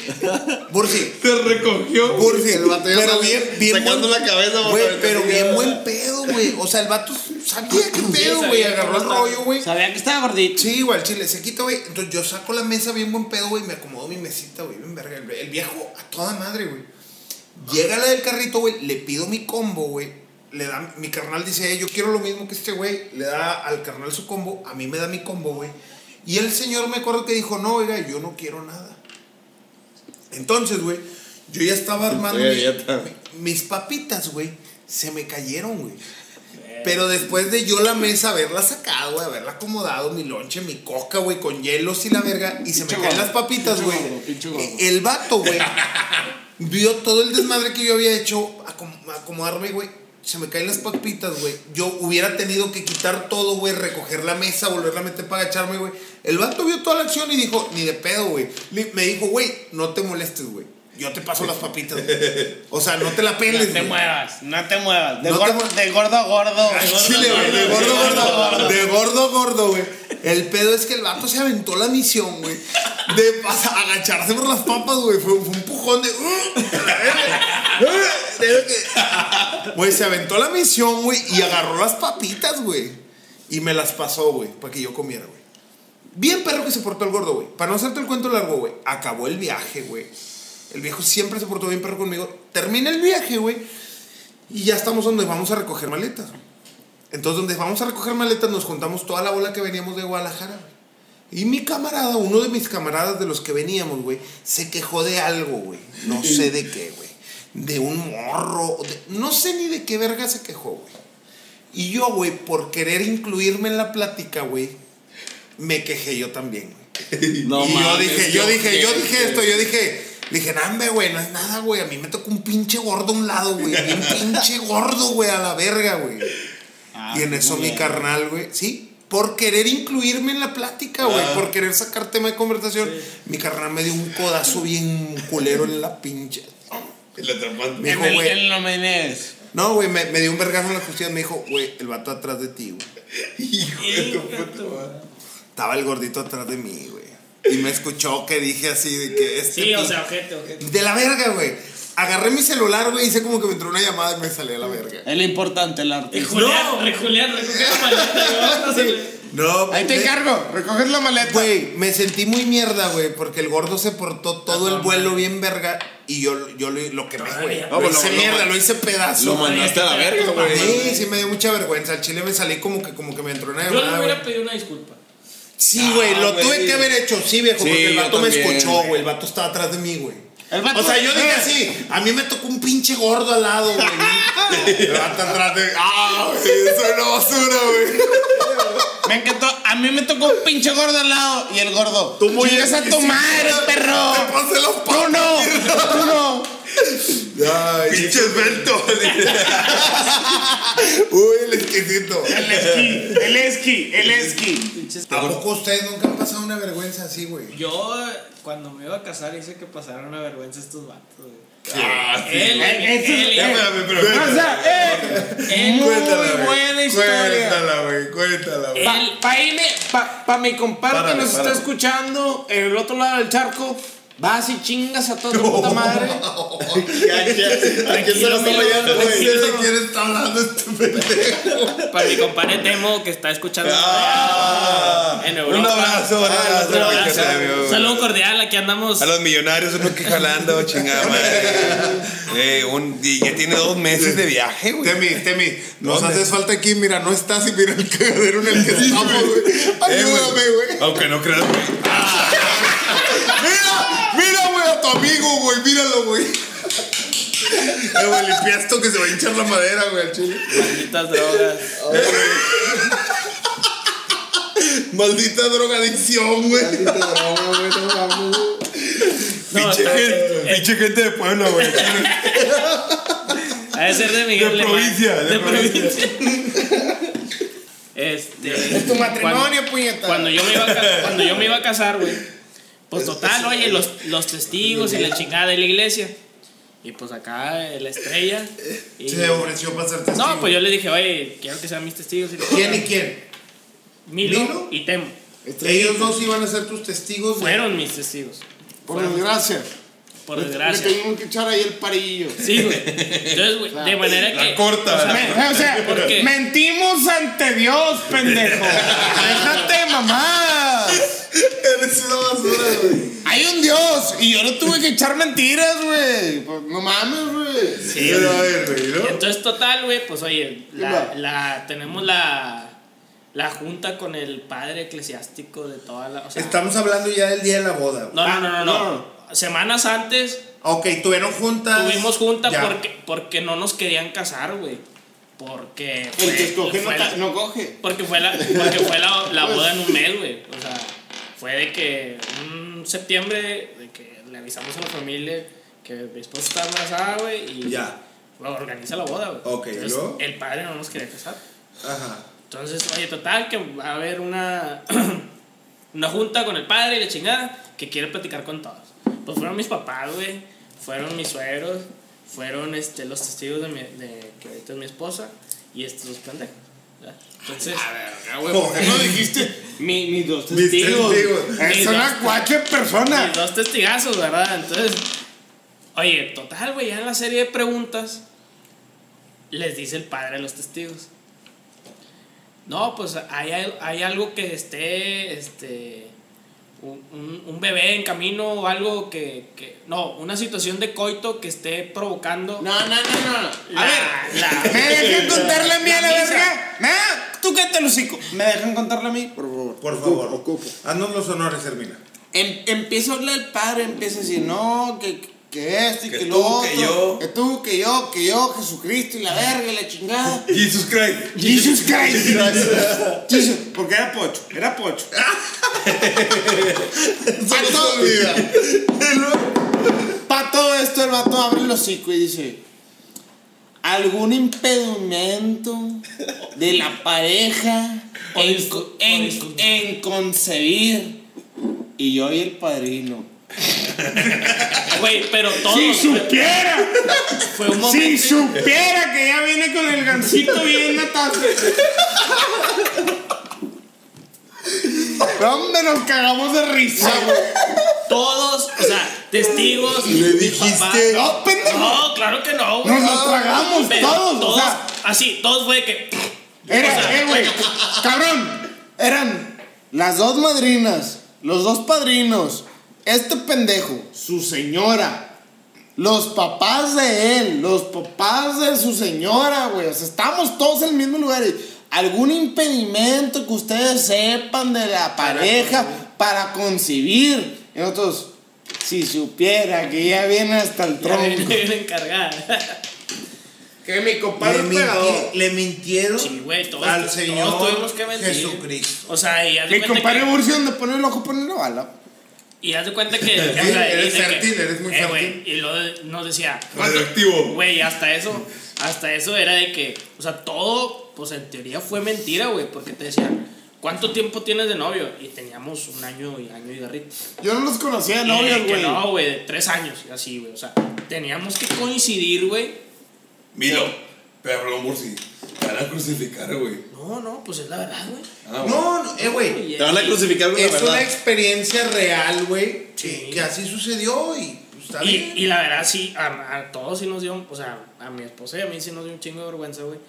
Bursi,
Se recogió.
Bursi, el vato
ya
Pero
sale
bien, bien.
sacando
buen-
la cabeza,
güey.
porque
Pero
tenía-
bien buen pedo, güey. O sea, el vato sabía qué pedo,
sabía
güey.
que
Agarró el
estaba-
rollo, güey.
Sabía que estaba gordito.
Sí, güey, al chile, se quita, güey. Entonces yo saco la mesa bien buen pedo, güey, me acomodo mi mesita, güey, bien verga. El- El viejo a toda madre, güey. Llega la del carrito, güey, le pido mi combo, güey. Le da, mi carnal dice, "Eh, yo quiero lo mismo que este güey. Le da al carnal su combo, a mí me da mi combo, güey. Y el señor me acuerdo que dijo, no, oiga, yo no quiero nada. Entonces, güey, yo ya estaba armando
Estoy
mi-
a dieta.
mis papitas, güey, se me cayeron, güey. Pero después de yo la mesa haberla sacado, güey, haberla acomodado, mi lonche, mi coca, güey, con hielos y la verga, y se me
Pinche
caen
gordo,
las papitas,
pinche
güey.
gordo, pinche gordo.
El vato, güey, vio todo el desmadre que yo había hecho, acom- acomodarme, güey. Se me caen las papitas, güey. Yo hubiera tenido que quitar todo, güey, recoger la mesa, volverla a meter para agacharme, güey. El vato vio toda la acción y dijo, ni de pedo, güey. Li- Me dijo, güey, no te molestes, güey. Yo te paso las papitas, güey. O sea, no te la
No
peles,
te
güey.
muevas.
No te muevas. De,
No te
gordo,
mue-
de gordo a gordo.
Al chile, güey, de gordo, gordo. De gordo, gordo, güey. El pedo es que el vato se aventó la misión, güey. De pasar, agacharse por las papas, güey. Fue, fue un pujón de. "Uh, eh, eh", de lo que- Güey, se aventó la misión, güey. Y agarró las papitas, güey. Y me las pasó, güey. Para que yo comiera, güey. Bien perro que se portó el gordo, güey. Para no hacerte el cuento largo, güey. Acabó el viaje, güey. El viejo siempre se portó bien perro conmigo. Termina el viaje, güey. Y ya estamos donde vamos a recoger maletas. Entonces, donde vamos a recoger maletas, nos juntamos toda la bola que veníamos de Guadalajara. güey. Y mi camarada, uno de mis camaradas de los que veníamos, güey, se quejó de algo, güey. No sé de qué, güey. De un morro. o de- No sé ni de qué verga se quejó, güey. Y yo, güey, por querer incluirme en la plática, güey, me quejé yo también, güey
No
y yo
mames,
dije,
qué
yo dije, yo
ojete.
dije esto, yo dije, dije, nambe, güey, no es nada, güey. A mí me tocó un pinche gordo a un lado, güey. Un pinche gordo, güey, a la verga, güey. y en eso mi carnal, güey, sí, por querer incluirme en la plática, güey, por querer sacar tema de conversación, mi carnal me dio un codazo bien culero en la pinche.
El atrapante.
Me dijo,
En el,
güey,
en lo menés.
no, güey, me, me dio un vergazo en la justicia, me dijo, güey, el vato atrás de ti, güey. Estaba el gordito atrás de mí, güey. Y me escuchó que dije así de que este
Sí, o
pin-
sea, ojete, ojete.
De la verga, güey. Agarré mi celular, güey, hice como que me entró una llamada y me salí a la verga.
Es lo importante, el
Y
artista.
Julián, re Julián, recoge la maleta, y vámonos, güey.
No,
Ahí te
me-
encargo, recoger la maleta.
Güey, me sentí muy mierda, güey, porque el gordo se portó todo
Ah,
el vuelo bien verga y yo, yo lo, lo quemé, güey.
Todavía.
Lo
Vamos,
hice
lo- lo
mierda,
man-
lo hice pedazo.
Lo mandaste a la verga, güey.
Sí, sí me dio mucha vergüenza. Al chile me salí como que, como que me entró una
Yo le
llamada, Ah, güey.
hubiera pedido una disculpa.
Sí, güey,
Ah,
lo
güey.
tuve que haber hecho, sí, viejo,
Sí,
porque el
yo
vato me
también,
escuchó,
güey.
güey. El vato estaba atrás de mí, güey.
El vato-
O sea, yo dije
Eh.
así, a mí me tocó un pinche gordo al lado, güey. El vato atrás de. ¡Ah, güey! Eso es una basura, güey.
Me encantó. A mí me tocó un pinche gordo al lado y el gordo.
Tú muy
Chingas a tu
exquisito.
madre, perro.
Te pasé los
Tú
palos.
no, tú no.
Ay,
Pinche esbelto.
Uy, el exquisito.
El esquí, el esquí, el esquí.
¿A poco ustedes nunca han pasado una vergüenza así, güey?
Yo, eh, cuando me iba a casar, hice que pasaran una vergüenza estos vatos, güey.
Ah, sí.
Él, él, él,
Espérame, pero-
Raza, eh,
él,
muy buena historia.
Cuéntala, güey, cuéntala, güey.
él.
Para mi compadre que
Párale,
nos
párale.
está escuchando en el otro lado del charco, vas y chingas a toda tu puta madre.
Ya, ya. ¿A quién se lo está rayando,
¿De
güey?
quién está hablando este pendejo?
Para mi compadre Temo, que está escuchando
Ah,
en Europa.
un abrazo, un
Ah,
abrazo,
otro
güey, que
abrazo.
se vio, güey.
Saludo cordial, aquí andamos.
A los millonarios uno que jalando, chingada madre. Eh, un, y ya tiene dos meses de viaje, güey.
Temi, Temi, nos
¿Dónde?
haces falta aquí, mira, no estás y mira el cagadero en el que estamos, güey.
Eh,
Ayúdame, güey.
Aunque no creas, güey.
Mira, mira, güey, a tu amigo, güey, míralo, güey. Eh, güey, limpia esto que se va a hinchar la madera, güey, al chile.
Malditas drogas.
Maldita drogadicción, güey.
No,
Pinche
está-
gente-
eh,
pinche gente de Puebla, güey.
ha de ser de Miguel
De
Alemán.
provincia, de
Este.
Tu
cuando-
matrimonio, puñeta.
cuando yo me iba a, ca- cuando yo me iba a casar, güey. Pues total, oye, los, los testigos y la chingada de la iglesia. Y pues acá eh, la estrella. y-
Se ofreció para ser testigo.
no, pues yo le dije, oye, quiero que sean mis testigos. Y la
¿Quién y
chingada.
quién?
Milo,
¿Milo?
y Temo.
Ellos dos iban a ser tus testigos. güey.
Fueron mis testigos.
Por desgracia.
Por
Le
desgracia.
tuvimos que echar ahí el parillo.
Sí, güey. Entonces, güey, de manera que.
La corta,
o sea,
la
me-
O sea,
¿Por qué?
mentimos ante Dios, pendejo. Déjate, mamá.
Eres una basura, güey.
Hay un Dios y yo no tuve que echar mentiras, güey.
Pues, no mames, güey.
Sí, pero a ver, güey, ¿no?
Entonces, total, güey, pues oye, la,
va.
la- tenemos la, la junta con el padre eclesiástico de toda la. O sea,
Estamos hablando ya del día de la boda. güey.
no, no, no, no, no. Semanas antes
Ok, tuvieron
Ah,
juntas.
tuvimos junta
Ya.
porque, porque no nos querían casar, güey. Porque.
El que
fue-
escoge no,
fue la-
ca- no coge.
Porque fue la, porque fue la, la boda en un mes, güey. O sea, fue de que un septiembre, de que le avisamos a la familia que mi esposa está embarazada, güey, y
Ya.
bueno, organiza la boda, güey.
Ok,
Entonces,
¿luego?
el padre no nos quería casar.
Ajá.
Entonces, oye, total, que va a haber una, una junta con el padre y la chingada que quiere platicar con todos. Pues fueron mis papás, güey, fueron mis suegros, fueron este, los testigos de, mi, de que ahorita es mi esposa y estos dos pendejos. Entonces,
Ah, ¿Por qué no dijiste?
mi, mis dos
Mis tres
testigos.
testigos.
mis
Son
dos
a cualquier persona.
Mis dos testigazos, ¿verdad? Entonces, oye, total, güey, ya en la serie de preguntas les dice el padre a los testigos. No, pues hay, al- hay algo que esté, este, un, un- un bebé en camino o algo que, que- no, una situación de coito que esté provocando.
No, no, no, no.
la-
A ver.
la-
¿Me dejan contar la mía, la
misa.
verga? ¿Me? ¿Tú qué te lucico? ¿Me dejan contarla a mí? Por favor.
Por favor.
Ocupo.
Ah,
Haznos los honores, Hermina.
Em- empieza a hablar el padre, empieza a decir, no, que, que esto y
Que
que,
tú,
lo otro.
que yo.
Que tú, que yo, que yo, Jesucristo y la verga y la chingada.
Jesus Christ.
Jesus Christ. Jesus, porque era pocho, era pocho. Para todo, Pa' todo esto el vato abre el hocico y dice, ¿algún impedimento de la pareja
O
en,
discu-
co-
o
en-
discutir.
en concebir? Y yo y el padrino.
Güey, pero todo
¡Si
fue,
supiera!
fue un momento.
¡Si supiera que ya viene con el gancito bien atado! ¿Dónde nos cagamos de risa, güey?
Todos, o sea, testigos.
Le
mi papá.
dijiste.
¡No, pendejo!
No, claro que no, güey.
Nos lo tragamos
Pero
todos, o sea.
Así, todos fue de que. o
Era,
sea,
eh, güey, cabrón. Eran las dos madrinas, los dos padrinos, este pendejo, su señora, los papás de él, los papás de su señora, güey. O sea, estamos todos en el mismo lugar. y ¿Algún impedimento que ustedes sepan de la pareja para concebir? Y nosotros, si supiera que ya viene hasta el
Ya
tronco.
viene la encargada.
Que mi
Le,
compadre
minti- le mintieron
Sí, güey, todos,
al
todos
Señor
tuvimos que mentir.
Jesucristo.
O sea, y haz de
Mi
cuenta
compadre
que.
Burcio, donde pone el ojo, pone la bala.
Y haz de cuenta que. o sea,
eres
y de que,
fértil, eres muy
eh,
fértil.
güey, Y luego nos decía.
Radioactivo.
Güey, hasta eso, hasta eso era de que, o sea, todo, pues en teoría fue mentira, güey, porque te decían, ¿cuánto tiempo tienes de novio? Y teníamos un año y año y garrito.
Yo no los conocía de
Y de
novios,
Eh, que
güey.
No, güey, de tres años, y así, güey, o sea, teníamos que coincidir, güey.
Milo. Perdón, Murci. Te van a crucificar, güey.
No, no, pues es la verdad, güey.
Ah, güey.
No, no, eh, güey.
Y-
Te van a
y-
crucificar con la
Es una
verdad.
experiencia real, güey.
Sí.
Que, que así sucedió y pues está
Y,
bien.
y la verdad, sí, a, a todos sí nos dio, un- o sea, a mi esposa y a mí sí nos dio un chingo de vergüenza, güey.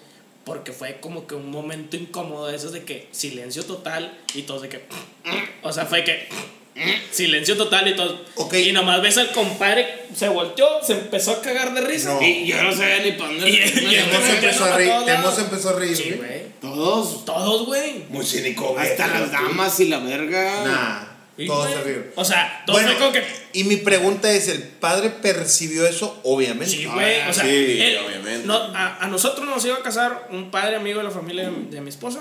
Porque fue como que un momento incómodo de esos de que silencio total y todos de que. O sea, fue que. Silencio total y todos.
Ok.
Y nomás ves al compadre, se volteó, se empezó a cagar de risa.
No.
Y,
yo no sabía ni para
y, y-
Y hemos
y-
empezó a reír,
todos lados.
hemos empezó a reír,
Sí,
güey.
güey.
Todos.
Todos, güey.
Muy cínico, güey.
Hasta las damas y la verga.
Nah,
Sí,
todos
güey.
se rieron.
O sea, todos
Bueno,
fue como que.
Ah. Y mi pregunta es, ¿el padre percibió eso? Obviamente. Ah,
Sí, güey. O sea,
sí,
él-
obviamente.
no- a, a nosotros nos iba a casar un padre amigo de la familia de, de mi esposa.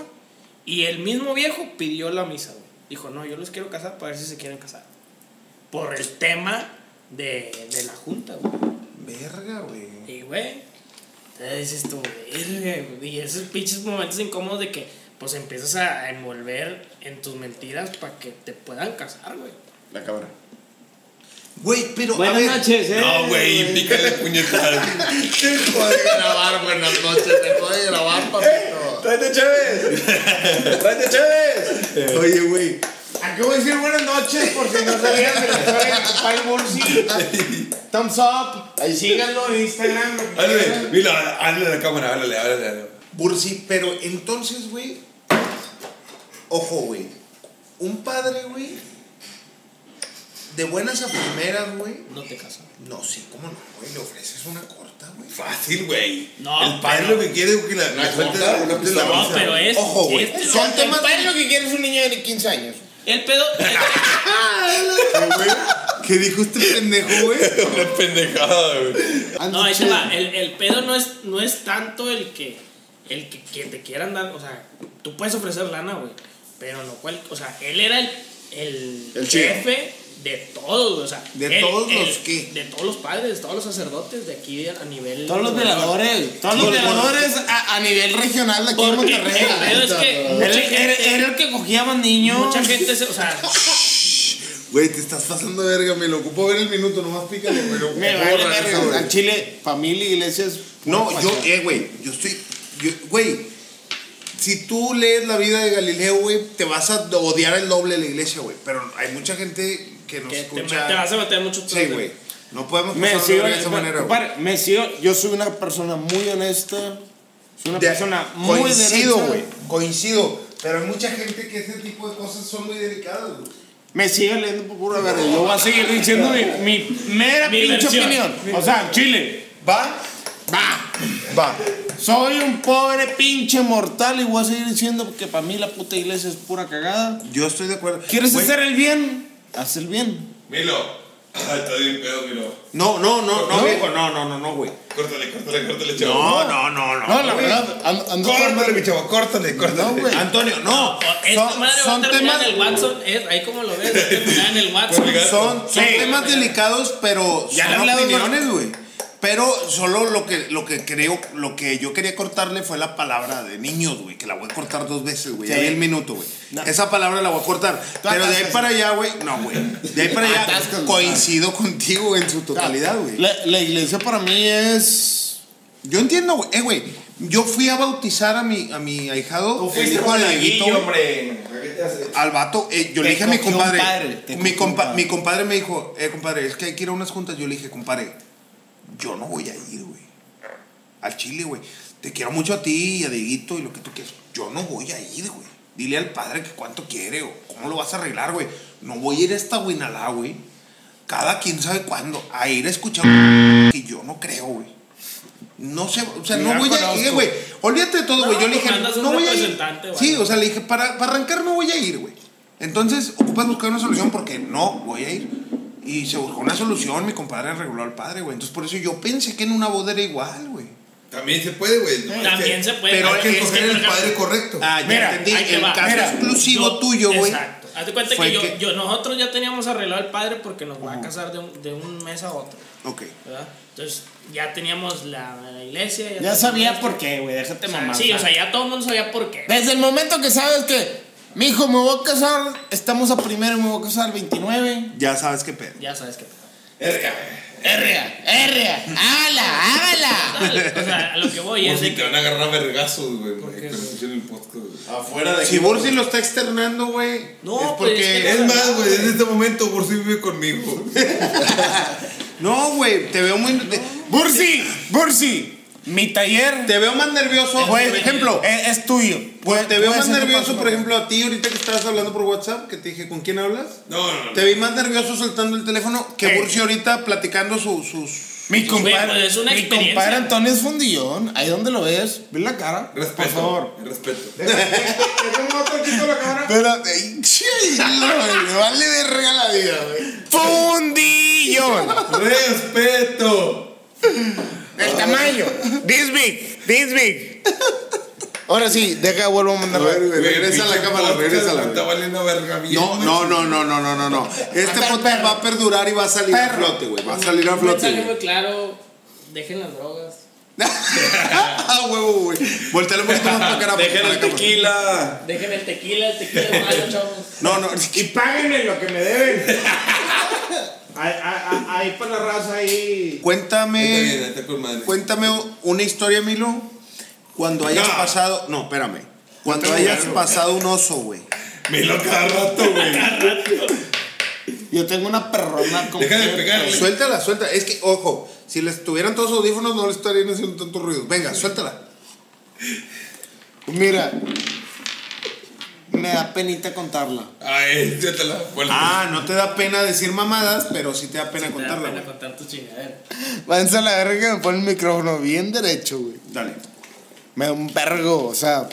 Y el mismo viejo pidió la misa, güey. Dijo, no, yo los quiero casar para ver si se quieren casar. Por el tema de, de la junta, güey.
Verga, güey.
Y, güey. Entonces dices tú, "Verga, güey". Y esos pinches momentos incómodos de que, pues empiezas a envolver en tus mentiras para que te puedan casar, güey.
La cámara.
Güey, pero a
Buenas
ver,
noches, eh.
No, güey, pícale puñetada.
te puede grabar buenas noches, te puede grabar, papito.
¡Tráete Chévez! ¡Tráete Chévez!
eh.
Oye, güey.
Aquí voy a decir buenas noches por si no sabían de la historia de Papá el Bursi. Thumbs up. Ahí síganlo en Instagram.
Ándale, Milo, háblale a la cámara, háblale, háblale. háblale.
Bursi, pero entonces, güey, ojo, güey, un padre, güey, de buenas a primeras, güey,
No te casas.
no, sí, cómo no, güey, le ofreces una corta, güey.
Fácil, güey.
No,
El padre
pero-
lo que quiere es que la, la suelte la,
una
la, la
No,
misa.
pero es.
Ojo, güey.
es-
Son temas...
lo que quieres un niño de 15 años.
El pedo.
¿Qué dijo este pendejo, güey?
Una pendejada, güey.
Ah,
No, ahí te va. El, el pedo no es, no es tanto el que, el que, que te quieran dar. O sea, tú puedes ofrecer lana, güey. Pero no cual. O sea, él era el, el,
El chido.
jefe de todos, güey, o sea.
¿De
él-
todos
él-
los qué?
De todos los padres, de todos los sacerdotes de aquí a nivel.
Todos los veladores. Todos los
Por-
veladores a, a nivel regional de aquí en
Porque el
Monterrey.
pedo es que.
Era,
mucha
era-
gente-
era el que cogía más niños.
Mucha gente se. O sea,
Güey, te estás pasando de verga, me lo ocupo ver el minuto, nomás pícale, güey. lo
Me
ocupo
vale
borrar
verga,
eso, güey.
Al Chile, familia, iglesias.
No, yo, eh, güey, yo estoy, yo- güey, si tú lees la vida de Galileo, güey, te vas a odiar el doble de la iglesia, güey. Pero hay mucha gente que nos
Que te,
escucha.
te vas a meter mucho
Sí, güey. No podemos
Me
pasarlo
sigo,
de esa manera, güey.
compadre, me sigo- yo soy una persona muy honesta, soy una
De-
persona muy
coincido,
derecha.
güey. Coincido. Pero hay mucha gente que ese tipo de cosas son muy delicadas, güey.
Me sigue leyendo por pura verga. Yo voy a seguir diciendo mi, mi mera
Mi
pinche
versión.
opinión. O sea, Chile,
Va,
va.
va.
Soy un pobre pinche mortal y voy a seguir diciendo que para mí la puta iglesia es pura cagada.
Yo estoy de acuerdo.
¿Quieres
Güey,
hacer el bien? Haz el bien.
Milo. Estoy bien pedo, Milo.
No, no, no, no,
¿No?
viejo, no, no, no, no, güey.
Córtale, córtale, córtale, chavo.
No, no, no,
Ah,
no.
No, la
güey.
verdad, an- ando
Córtale, mi chavo, córtale, córtale.
No, güey.
Antonio, no.
Oh, Esta
Son,
madre va a
son
terminar
temas,
en el Watson. Es, ahí como lo ves, va a terminar en el Watson.
Pues, gato.
son, son
Sí.
temas delicados, pero
Ya le
son
hablamos,
opiniones, güey. Pero solo lo que, lo que creo, lo que yo quería cortarle fue la palabra de niños, güey, que la voy a cortar dos veces, güey.
Sí.
Ahí el minuto, güey.
No.
Esa palabra la voy a cortar. Pero de ahí
atascas.
para allá, güey, no, güey. De ahí para allá
Atascas,
coincido contigo en su totalidad, güey.
La, la iglesia para mí es.
Yo entiendo, güey. Eh, güey. Yo fui a bautizar a mi, a mi ahijado,
Tú
el
fuiste
hijo de
con el
Laguito,
guillo,
güey.
hombre. ¿Qué te hace?
Al vato, eh, yo le
Te
dije a mi
cogió un
compadre.
padre, te
mi,
cogió
compa-
un padre.
mi compadre me dijo, eh, compadre, es que hay que ir a unas juntas. Yo le dije, compadre, yo no voy a ir, güey. Al Chile, güey. Te quiero mucho a ti y a Dieguito y lo que tú quieras. Yo no voy a ir, güey. Dile al padre que cuánto quiere o cómo lo vas a arreglar, güey. No voy a ir a esta Winalá, güey. Cada quien sabe cuándo. A ir a escuchar que yo no creo, güey. No sé, o sea,
Ni
no
la
voy a
conozco.
ir, güey. Olvídate de todo,
No,
güey. yo le
pues
dije,
mandas un
no voy a ir.
representante, güey.
Sí, o sea, le dije, para, para arrancar no voy a ir, güey. Entonces, ocupas buscar una solución porque no voy a ir. Y se buscó una solución, mi compadre reguló al padre, güey. Entonces, por eso yo pensé que en una boda era igual, güey.
También se puede, güey. No,
También
es
se
que-
puede.
Este, Pero hay que
Es
escoger
por
el
ejemplo,
padre correcto.
este Ah, ya
Mira,
entendí.
ahí te
El
va.
caso
Mira,
exclusivo
yo-
tuyo, güey.
Exacto. Hazte cuenta
fue
que, yo-
que-
yo- nosotros ya teníamos arreglado al padre porque nos va a casar de un, de un mes a otro,
Ok.
¿verdad? Entonces ya teníamos la, la iglesia.
Ya
teníamos
sabía
esto.
por qué, güey. Déjate
O sea,
mamar.
sí, o sea, ya todo el mundo sabía por qué.
Desde el momento que sabes que, mi hijo, me voy a casar, estamos a primero, me voy a casar 29.
Ya sabes qué Ah, pedo.
Ya sabes qué.
Erria, erria, hágala, hágala.
O sea, a lo que voy
Como
es
si
de
Pues te
que.
van a agarrar vergazos, güey.
qué,
porque
güey?
escuchan el podcast, güey.
Ah.
Afuera de
Si
aquí,
Bursi lo está externando, güey. es
No, pues,
porque.
es que-
Es más, güey, en este momento Bursi vive conmigo.
No, güey, te veo muy. Te,
Bursi, Bursi, mi taller
te veo más nervioso.
Eh,
fue-
por ejemplo,
es, es tuyo. Puede-
te veo
puede
más
ser tu
nervioso,
próximo
por ejemplo, a ti ahorita que estabas hablando por WhatsApp, que te dije, ¿con quién hablas?
No, no, no.
Te vi más nervioso soltando el teléfono que
Eh.
Bursi ahorita platicando su- sus.
Mi compadre,
Güey, pues es una
mi
experiencia.
compadre Antonio es fundillón. Ahí donde lo ves, ve la cara.
Respeto.
Por favor.
Respeto.
Pero, eh, chilo, güey, me vale verga la vida, güey. Fundillón.
¡Respeto!
El tamaño. This big, this big. Ahora sí, deja, vuelvo a mandar.
Güey,
regresa a la
pinche
cámara, regresa a
podcast,
la
güey, Está valiendo verga bien.
No,
güey.
no, no, no, no, no, no, no. Este
Perro,
podcast
perro.
va a perdurar y va a salir a
Perro. Mm,
flote, güey. Va a salir a
Un
flote.
mensaje
güey.
muy claro: dejen las drogas.
ah, huevo, güey. Volteale un poquito más para acá. para
Dejen
la
el
cámara.
tequila.
Dejen el tequila, el tequila es malo, chavos.
No, no.
Y páguenme lo que me deben. Ahí- ahí- Ahí para la raza, ahí.
Ahí Está
Cuéntame.
bien, ahí está con madre.
Cuéntame una historia, Milo. Cuando hayas
No.
pasado. No, espérame. Cuando
tengo
hayas
algo.
pasado un oso, güey.
Milo cada rato, güey.
Yo tengo una perrona como.
Deja de pegarle.
Suéltala, suéltala. Es que, ojo, si les tuvieran todos audífonos, no le estarían haciendo tanto ruido. Venga, suéltala.
Mira. Me da penita contarla.
Ay, suéltala. Bueno,
Ah, no te da pena decir mamadas, pero sí te da pena
Te da
contarla,
pena
güey.
contar tu chingadera.
Váyanse a la verga que me pone el micrófono bien derecho, güey.
Dale.
Me da un vergo, o sea.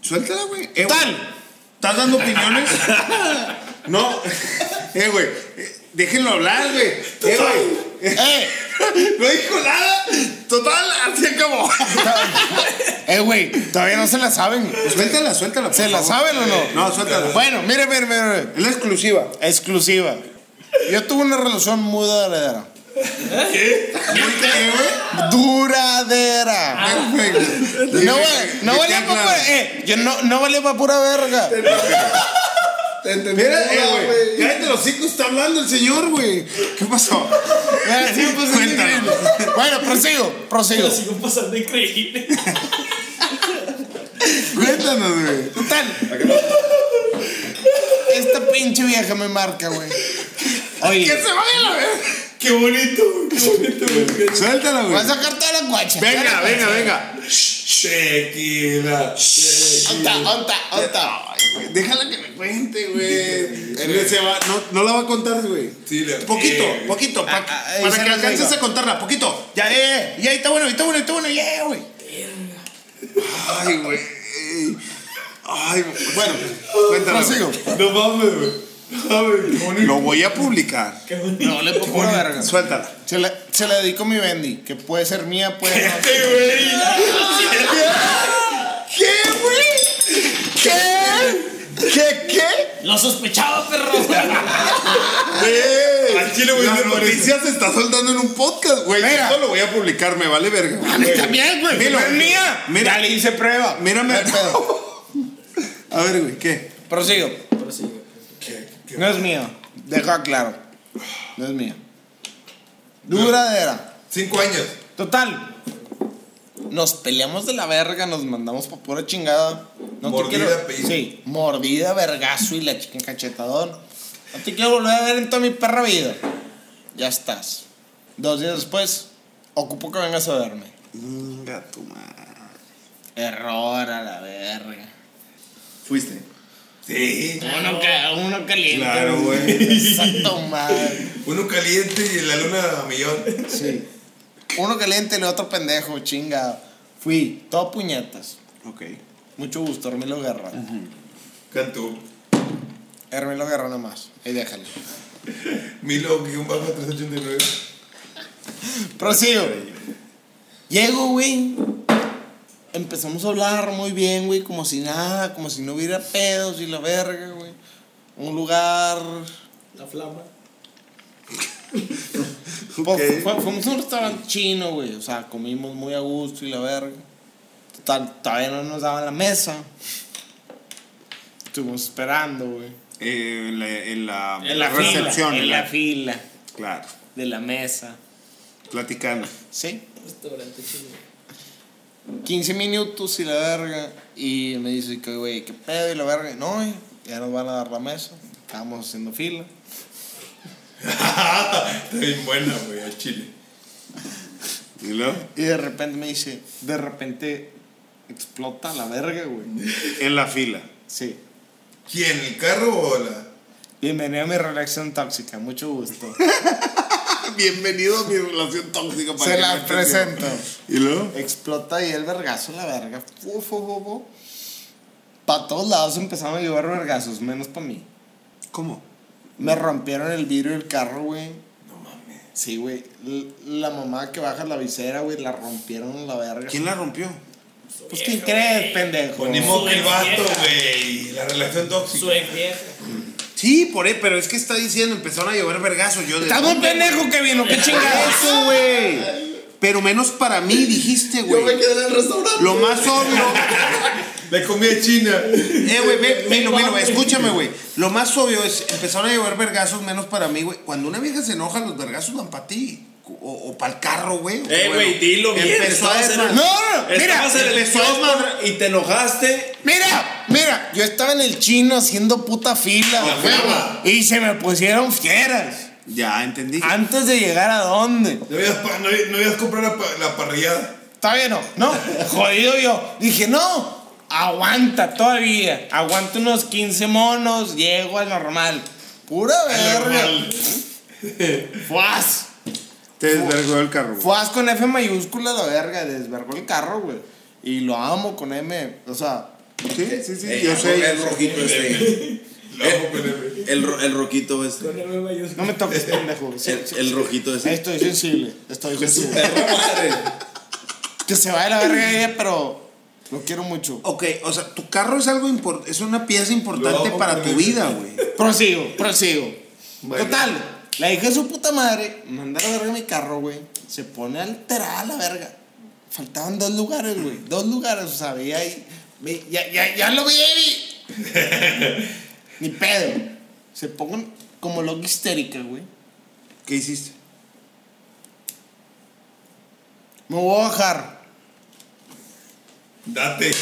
Suéltala, güey. Eh, güey,
¡Tal!
¿Estás dando opiniones? no. Eh, güey. eh, déjenlo hablar, güey. Eh, güey.
¡Eh!
No dijo nada. Total, así acabó.
¡Eh, güey! Todavía no se la saben.
suéltala, suéltala. por
¿Se la
favor.
saben o no?
No, suéltala.
Bueno, mire, mire, mire, mire.
Es la exclusiva.
Exclusiva. Yo tuve una relación muy duradera.
Muy bien, güey.
Duradera.
Perfecto.
No, vale- no
Me
valía
queda
para
claro.
pura, eh, yo no, no valía para pura verga.
Mira, eh, güey. Cállate los cinco, está hablando el señor, güey. ¿Qué pasó?
Mira, sí, pues, es
Cuéntalo.
increíble. Bueno, prosigo, prosigo.
Lo sigo pasando increíble.
cuéntanos, güey. Total, esta pinche vieja me marca, güey.
Oye,
se vaya la verga.
Qué bonito, güey, qué bonito, güey.
Suéltala,
Voy a
güey.
sacar toda la guacha.
Venga, venga, venga.
Tequila.
Onta, onta, onta.
Déjala que me cuente, güey. Se va- No, no la va a contar, güey.
Tequila.
Poquito,
Eh,
poquito, pa-
ah, eh,
para
se
que
nos
alcances
venga.
a contarla, poquito. Ya, eh, eh, ya, ahí está bueno, ahí está bueno, ahí está bueno, ya, güey.
Ay, güey. Ay, bueno, cuéntala.
Prosigo.
güey.
No mames, güey. No mames, qué bonito.
Lo voy a publicar.
no le pongo una verga.
Suéltala.
Se la, se la dedico a mi Bendy, que puede ser mía, puede no.
Este, güey.
¿Qué, güey? ¿Qué? ¿Qué, qué?
Lo sospechaba, perro.
Güey.
Al chile, güey,
La
me parece.
noticia se está soltando en un podcast, güey.
Mira.
Yo lo voy a publicar, me vale verga.
También, güey.
Dilo.
No es mía.
Mira.
Ya le hice prueba.
Mírame.
No hay pedo.
A ver, güey, ¿qué?
Prosigo.
¿Qué? ¿Qué?
No es mío. Deja claro. No es mía. Duradera.
Cinco años.
Total. Nos peleamos de la verga, nos mandamos pa' pura chingada. No
Mordida,
te quiero.
apellido.
Sí, mordida, vergazo y la chica cachetadón. No te quiero volver a ver en toda mi perra vida. Ya estás. Dos días después, ocupo que vengas a verme.
Venga, tu madre.
Error a la verga.
Fuiste.
Sí.
Uno, ca- uno caliente.
Claro, güey.
Exacto, madre.
Uno caliente y la luna a millón.
Sí. Uno caliente y el otro pendejo, chingado. Fui, todo puñetas.
Ok.
Mucho gusto, Hermelo Guerra.
Cantú.
Hermelo Guerra nomás. Ahí déjalo.
Milo, guión bajo 389.
Prosigo. Llego, güey. Empezamos a hablar muy bien, güey, como si nada, como si no hubiera pedos y la verga, güey. Un lugar.
La flama.
Pues, fu- fuimos a un restaurante chino, güey. O sea, comimos muy a gusto y la verga. Total, todavía no nos daban la mesa. Estuvimos esperando, güey.
Eh, en la, en
Ah,
la,
En la
recepción.
fila. En la fila
Claro.
de la mesa.
Platicando.
Sí.
Restaurante chino.
15 minutos y la verga. Y me dice que, güey, qué pedo y la verga. No, güey, ya nos van a dar la mesa. Estábamos haciendo fila.
Está bien buena, güey, al chile.
¿Y luego?
Y de repente me dice, de repente explota la verga, güey.
En la fila.
Sí.
¿Quién? ¿El carro o la.?
Bienvenido a mi relación tóxica, mucho gusto.
Bienvenido a mi relación tóxica. para
Se
que
la
me
presento.
¿Y luego?
Explota y el vergazo, la verga. Fu, fu, fu, fu. Pa' todos lados empezaron a llevar vergazos, menos para mí.
¿Cómo?
Me rompieron el vidrio del carro, güey. No mames. Sí, güey. L- La mamá que baja la visera, güey, la rompieron a la verga.
¿Quién la rompió?
Pues, ¿quién crees, pendejo?
Pues ni modo que el vato,
Vieja.
güey. La relación tóxica.
Su ex vieja.
Sí, por ahí, pero es que está diciendo, empezaron a llover vergazos. Yo de-
Estás muy pendejo, Kevin, ¿o qué chingados?
Eso, güey. Pero menos para mí, dijiste, güey.
quedé en el restaurante.
Lo más obvio.
La comida china.
Eh, güey, ve- Milo, Milo, escúchame, güey. Lo más obvio es, empezaron a llover vergazos menos para mí, güey. Cuando una vieja se enoja, los vergazos van para ti. O, para el carro, güey.
Eh, güey, dilo bien,
Empezó a
estabas en el-
No, no, no, mira,
Estabas en el
empezó a
kiosco
madra-
y te enojaste.
mira, mira, yo estaba en el chino haciendo puta fila.
huevo.
y se me pusieron fieras.
Ya, entendí.
Antes de llegar a dónde.
No ibas, pa- no, no ibas a comprar la, pa- la parrillada.
Está bien, no, no, jodido yo. Dije, no, aguanta todavía. Aguanta unos 15 monos, llego al normal. Pura verga.
Normal.
Fuas.
Te desvergó el carro, güey.
Fuas con F mayúscula, la verga. Desvergó el carro, güey. Y lo amo con M. O sea,
Sí, sí, sí,
Eh,
yo
el
sé.
El roquito este.
La ojo con el-
El, ro- el roquito este.
Con el mayúscula.
no me toques, pendejo. Sí,
El,
sí.
el rojito este.
Estoy sensible, estoy sensible.
Perra madre.
Que se vaya la verga ella, pero lo quiero mucho.
Ok, o sea, tu carro es algo impor- es una pieza importante
Lo-
para tu vida, güey.
Prosigo, prosigo. Total, la hija de su puta madre manda la verga a mi carro, güey. Se pone alterada la verga. Faltaban dos lugares, güey. Dos lugares, o sea, veía ahí. ve- Ya, ya, ya lo vi ahí. Ni pedo. Se pongan como loca histérica, güey.
¿Qué hiciste?
Me voy a bajar.
Date.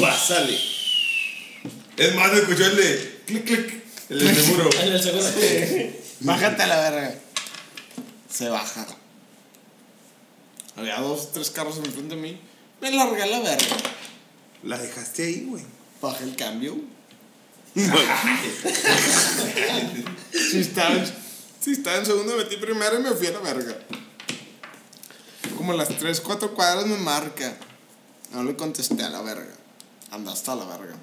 Pásale.
Es más, escuchó el de clic, clic, el del seguro.
En el seguro.
Bájate a la verga. Se baja. Había dos, tres carros enfrente de mí. Me largué a la verga.
La dejaste ahí, güey.
Baja el cambio. si, estaba en, si estaba en segundo, metí primero y me fui a la verga. Como a las 3, 4 cuadras me marca. No le contesté a la verga. Anda hasta la verga.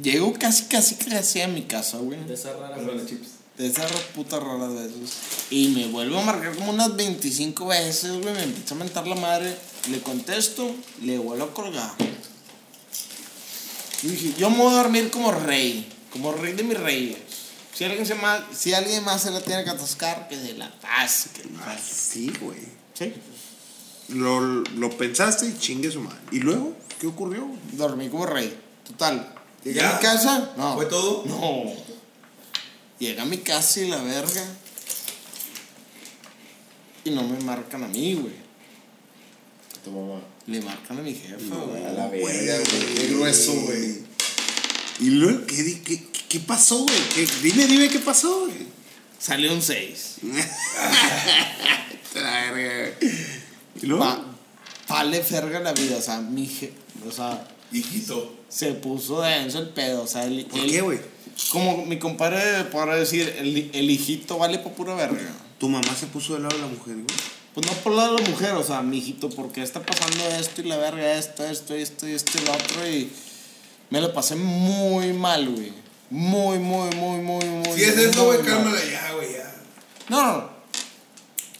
Llego casi, casi, casi a mi casa, güey.
De esa rara
Los
vez.
chips.
De esas ra- putas raras veces. Y me vuelvo a marcar como unas 25 veces, güey. Me empieza a mentar la madre. Le contesto, le vuelvo a colgar. Y dije, yo me voy a dormir como rey. Como rey de mis reyes. Si alguien, se ma- si alguien más se la tiene que atascar, que se la atasque.
Así, güey.
Sí.
Lo, lo pensaste y chingue su madre. ¿Y luego? ¿Qué ocurrió? güey?
Dormí como rey. Total. Llegué a
¿Ya?
mi casa. No.
¿Fue todo?
No. Llega a mi casa y la verga. Y no me marcan a mí, güey.
Tu mamá.
Le marcan a mi jefa, güey.
A la verga, güey. Qué grueso, güey.
¿Y luego qué, di- qué, qué- qué pasó, güey? ¿Qué- Dime, dime qué pasó, güey.
Salió un 6.
La verga, güey. ¿Y luego?
Pa, pale ferga la vida, o sea, mi je- O sea,
Hijito.
se puso denso el pedo, o sea, el,
¿Por
el-
qué, güey?
Como mi compadre podrá decir, el, el hijito vale por pura verga.
Tu mamá se puso del lado de la mujer, güey.
Pues no por lado de la mujer, o sea, mi hijito, porque está pasando esto y la verga, esto, esto, esto, y esto y lo otro, y me lo pasé muy mal, güey. Muy, muy, muy, muy, muy.
Si es eso, güey,
muy mal.
cálmala ya, Ah, güey, ya.
No, no, no.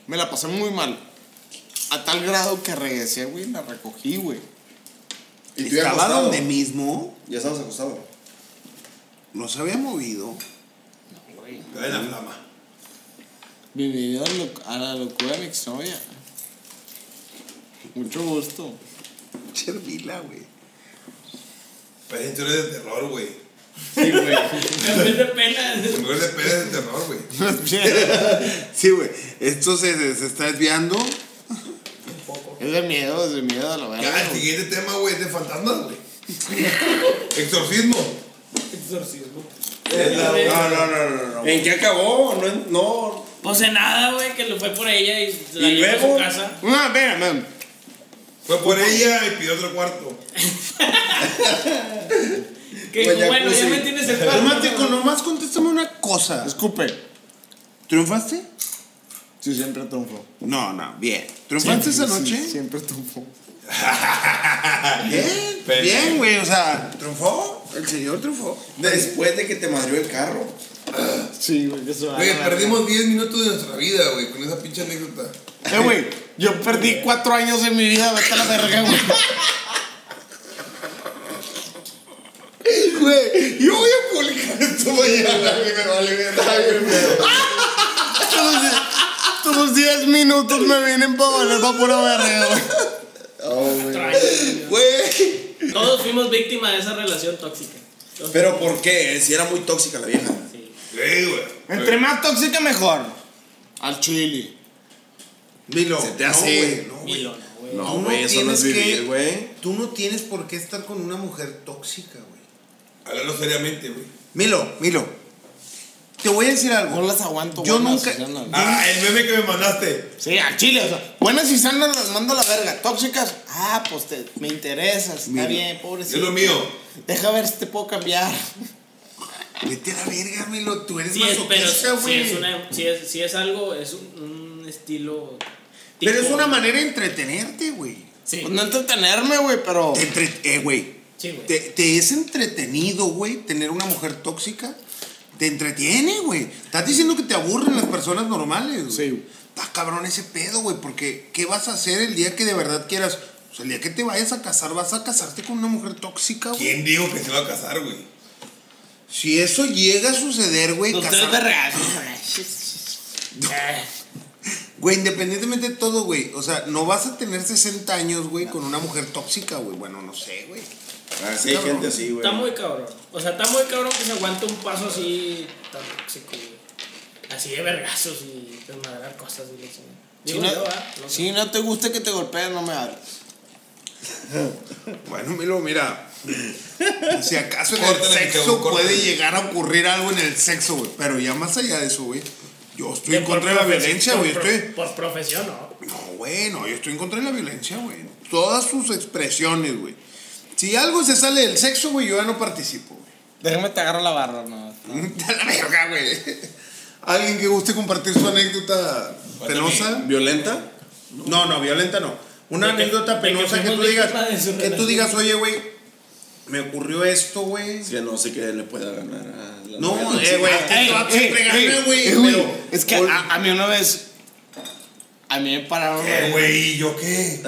Me la pasé muy mal. A tal grado que regresé, güey, y la recogí, güey.
¿Y tú ya
Estaba
acostado?
donde mismo,
Ya estabas acostado.
no se había movido.
Trae la flama.
Bienvenido a, lo- a la locura de mi exnovia. Mucho gusto.
Chervila, güey.
Parece historias de terror, güey.
En vez de pena.
Lo mejor de pedas es de terror, güey.
Sí, güey. Esto se, se- se está desviando.
Es de miedo, es de miedo a la
Ah,
Ya,
Ah,
verga.
el
güey.
siguiente tema, güey, es de fantasmas, güey. Exorcismo.
Exorcismo.
No, no, no, no, no. ¿En qué acabó? No, no.
Pues de nada, güey, que lo fue por ella y la
¿Y
llevó a su
luego?
casa.
Ah,
No, espera, man.
Fue por ella y pidió otro cuarto.
Que dijo,
Doña
bueno, ya
Cusi.
me tienes el
Cálmate, con
cuarto.
nomás contéstame una cosa.
Disculpe.
¿Triunfaste?
Sí, siempre triunfo.
No, no, bien. ¿Triunfaste esa noche?
siempre triunfo.
Bien,
Pero-
bien, güey. O sea, triunfó. El señor triunfó.
Después de que te madrió el carro.
Sí, güey, que se va.
Güey, perdimos 10 minutos de nuestra vida, güey, con esa pinche anécdota.
Eh, güey, yo perdí cuatro años de mi vida, vete a la verga, güey.
Güey, yo voy a publicar esto mañana. A mí me vale verga.
Tus 10 minutos me vienen para valer para pura verga, güey.
Trae.
Güey.
Todos fuimos víctimas de esa relación tóxica.
Pero ¿por qué? Si era muy tóxica la vieja.
Sí, güey.
Entre más tóxica, mejor. Al chile.
Dilo.
Se te
No,
hace-
güey, no, güey.
Milona, güey.
No,
Tú no
güey, eso no es
tienes que-
vivir, güey.
Tú no tienes por qué estar con una mujer tóxica, güey.
Háblalo seriamente, güey.
Milo, Milo. Te voy a decir
No
algo.
las aguanto,
Yo
buenas
nunca-
y sanas.
Ah, el meme que me mandaste.
Sí, al chile, o sea. Buenas y sanas las mando a la verga. Tóxicas. Ah, pues te, me interesas. Está
Mira,
bien,
Es
pobrecito.
lo mío.
Deja ver si te puedo cambiar.
Vete a la verga, Milo. Tú eres
Sí, es, pero
masoquista,
si
güey.
es, una, si, es, si es algo, es un, un estilo.
Pero
tipo-
es una manera de entretenerte, güey.
Sí,
Pues no entretenerme, güey, pero.
Te entre- eh, güey.
sí, güey.
¿Te, te es entretenido, güey, tener una mujer tóxica? Te entretiene, güey. Estás diciendo que te aburren las personas normales, güey.
Sí, güey.
Está cabrón ese pedo, güey, porque ¿qué vas a hacer el día que de verdad quieras? O sea, el día que te vayas a casar, vas a casarte con una mujer tóxica, güey.
¿Quién dijo que se iba a casar, güey?
Si eso llega a suceder, güey,
Ustedes
casar-
vergas.
Eh,
Güey, independientemente de todo, güey. O sea, no vas a tener 60 años, güey, con una mujer tóxica, güey. Bueno, no sé, güey.
Así hay gente así, güey.
Está muy cabrón. O sea, está muy cabrón que se aguante un paso así tan tóxico, güey. Así de vergazos y desmadrar cosas y la chingada.
Si
Digo
no,
yo, ¿ah? No sé.
si no te gusta que te golpeen, no me hables.
Bueno, Milo, mira.
Si acaso en el
Córtale,
sexo
Miguel, córtale.
puede llegar a ocurrir algo en el sexo, güey. Pero ya más allá de eso, güey. Yo estoy
De
en
por
contra de la
profe-
violencia,
por
güey. yo
pro-
Estoy...
Por profesión, ¿no?
No, güey, no, yo estoy en contra de la violencia, güey. Todas sus expresiones, güey. Si algo se sale del sexo, güey, yo ya no participo, güey.
Déjame te agarro la barra, no.
A la verga, güey. Alguien que guste compartir su anécdota penosa.
¿Violenta?
No, no, violenta no. Una
De que-
anécdota
de que
penosa que
fuimos
tú digas.
víctimas de su
Que tú
relación.
digas, oye, güey, me ocurrió esto, güey.
Es que no sé qué le pueda ganar a la
No,
novela.
eh, güey,
ah,
Ey,
te va a siempre
ey,
eh,
ganar,
ey,
güey.
ey, güey,
pero-
Es que a, a mí una vez. A mí me pararon.
Eh, güey, ¿yo qué?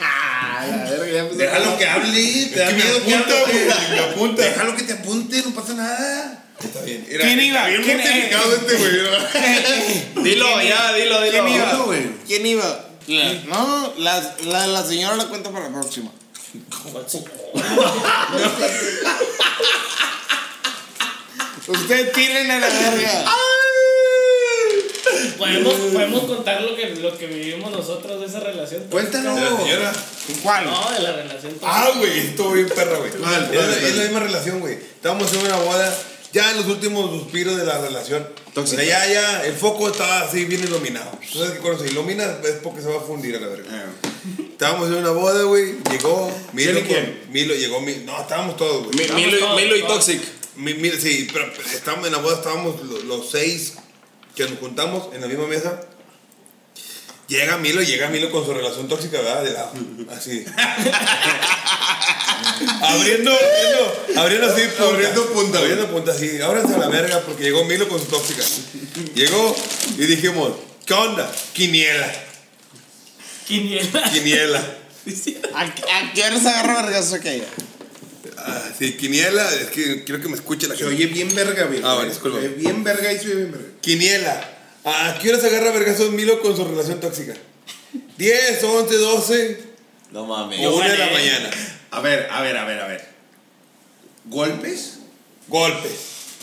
ah, Déjalo que hable, te da
que me
miedo que
apunta,
hable.
güey, me apunta.
Déjalo que te apunte, no pasa nada.
Está bien.
¿Quién iba? ¿Quién-
mortificado este güey.
Dilo, ya, dilo, dilo.
¿Quién iba, güey?
¿Quién iba? La- no, la, la, la señora la cuenta para la próxima. Ustedes tiren a la verga.
Podemos, podemos contar lo que, lo que vivimos nosotros de esa relación.
Cuéntalo.
De la señora.
¿Cuál?
No, de la relación.
Ah, güey, estuvo bien perra, güey. Es
Mal,
la-
mal,
es, la
mal.
misma relación, güey. Estábamos en una boda, ya en los últimos suspiros de la relación. O
Tóxica.
sea, ya, ya, el foco estaba así bien iluminado. Tú sabes que cuando se ilumina es porque se va a fundir a la verga. Estábamos en una boda, güey. Llegó Milo.
Ah. ¿Quién y quién?
con- Milo llegó Milo. No, estábamos todos, güey.
Mi-
Vamos
Milo,
todos,
Milo y
todos.
Toxic.
Mi- Mira, sí, pero estábamos en la boda, estábamos lo- los, seis que nos juntamos en la misma mesa. Llega Milo, llega Milo con su relación tóxica, ¿verdad? De lado, así. abriendo, abriendo, abriendo así, punta, abriendo punta, abriendo punta, así. Ábranse a la verga porque llegó Milo con su tóxica. Llegó y dijimos, ¿qué onda? Quiniela,
Quiniela.
quiniela.
¿A, a qué hora se agarra vergas aquella?
Ah, sí, quiniela, es que quiero que me escuche la
Se
gente.
oye bien verga, güey.
Ah, bueno, disculpa.
Se oye bien verga y se oye bien verga.
Quiniela. ¿A qué hora se agarra vergazos Milo con su relación tóxica? 10, 11, 12
No mames.
o 1 de
gané.
la mañana.
A ver, a ver, a ver, a ver. ¿Golpes?
Golpes.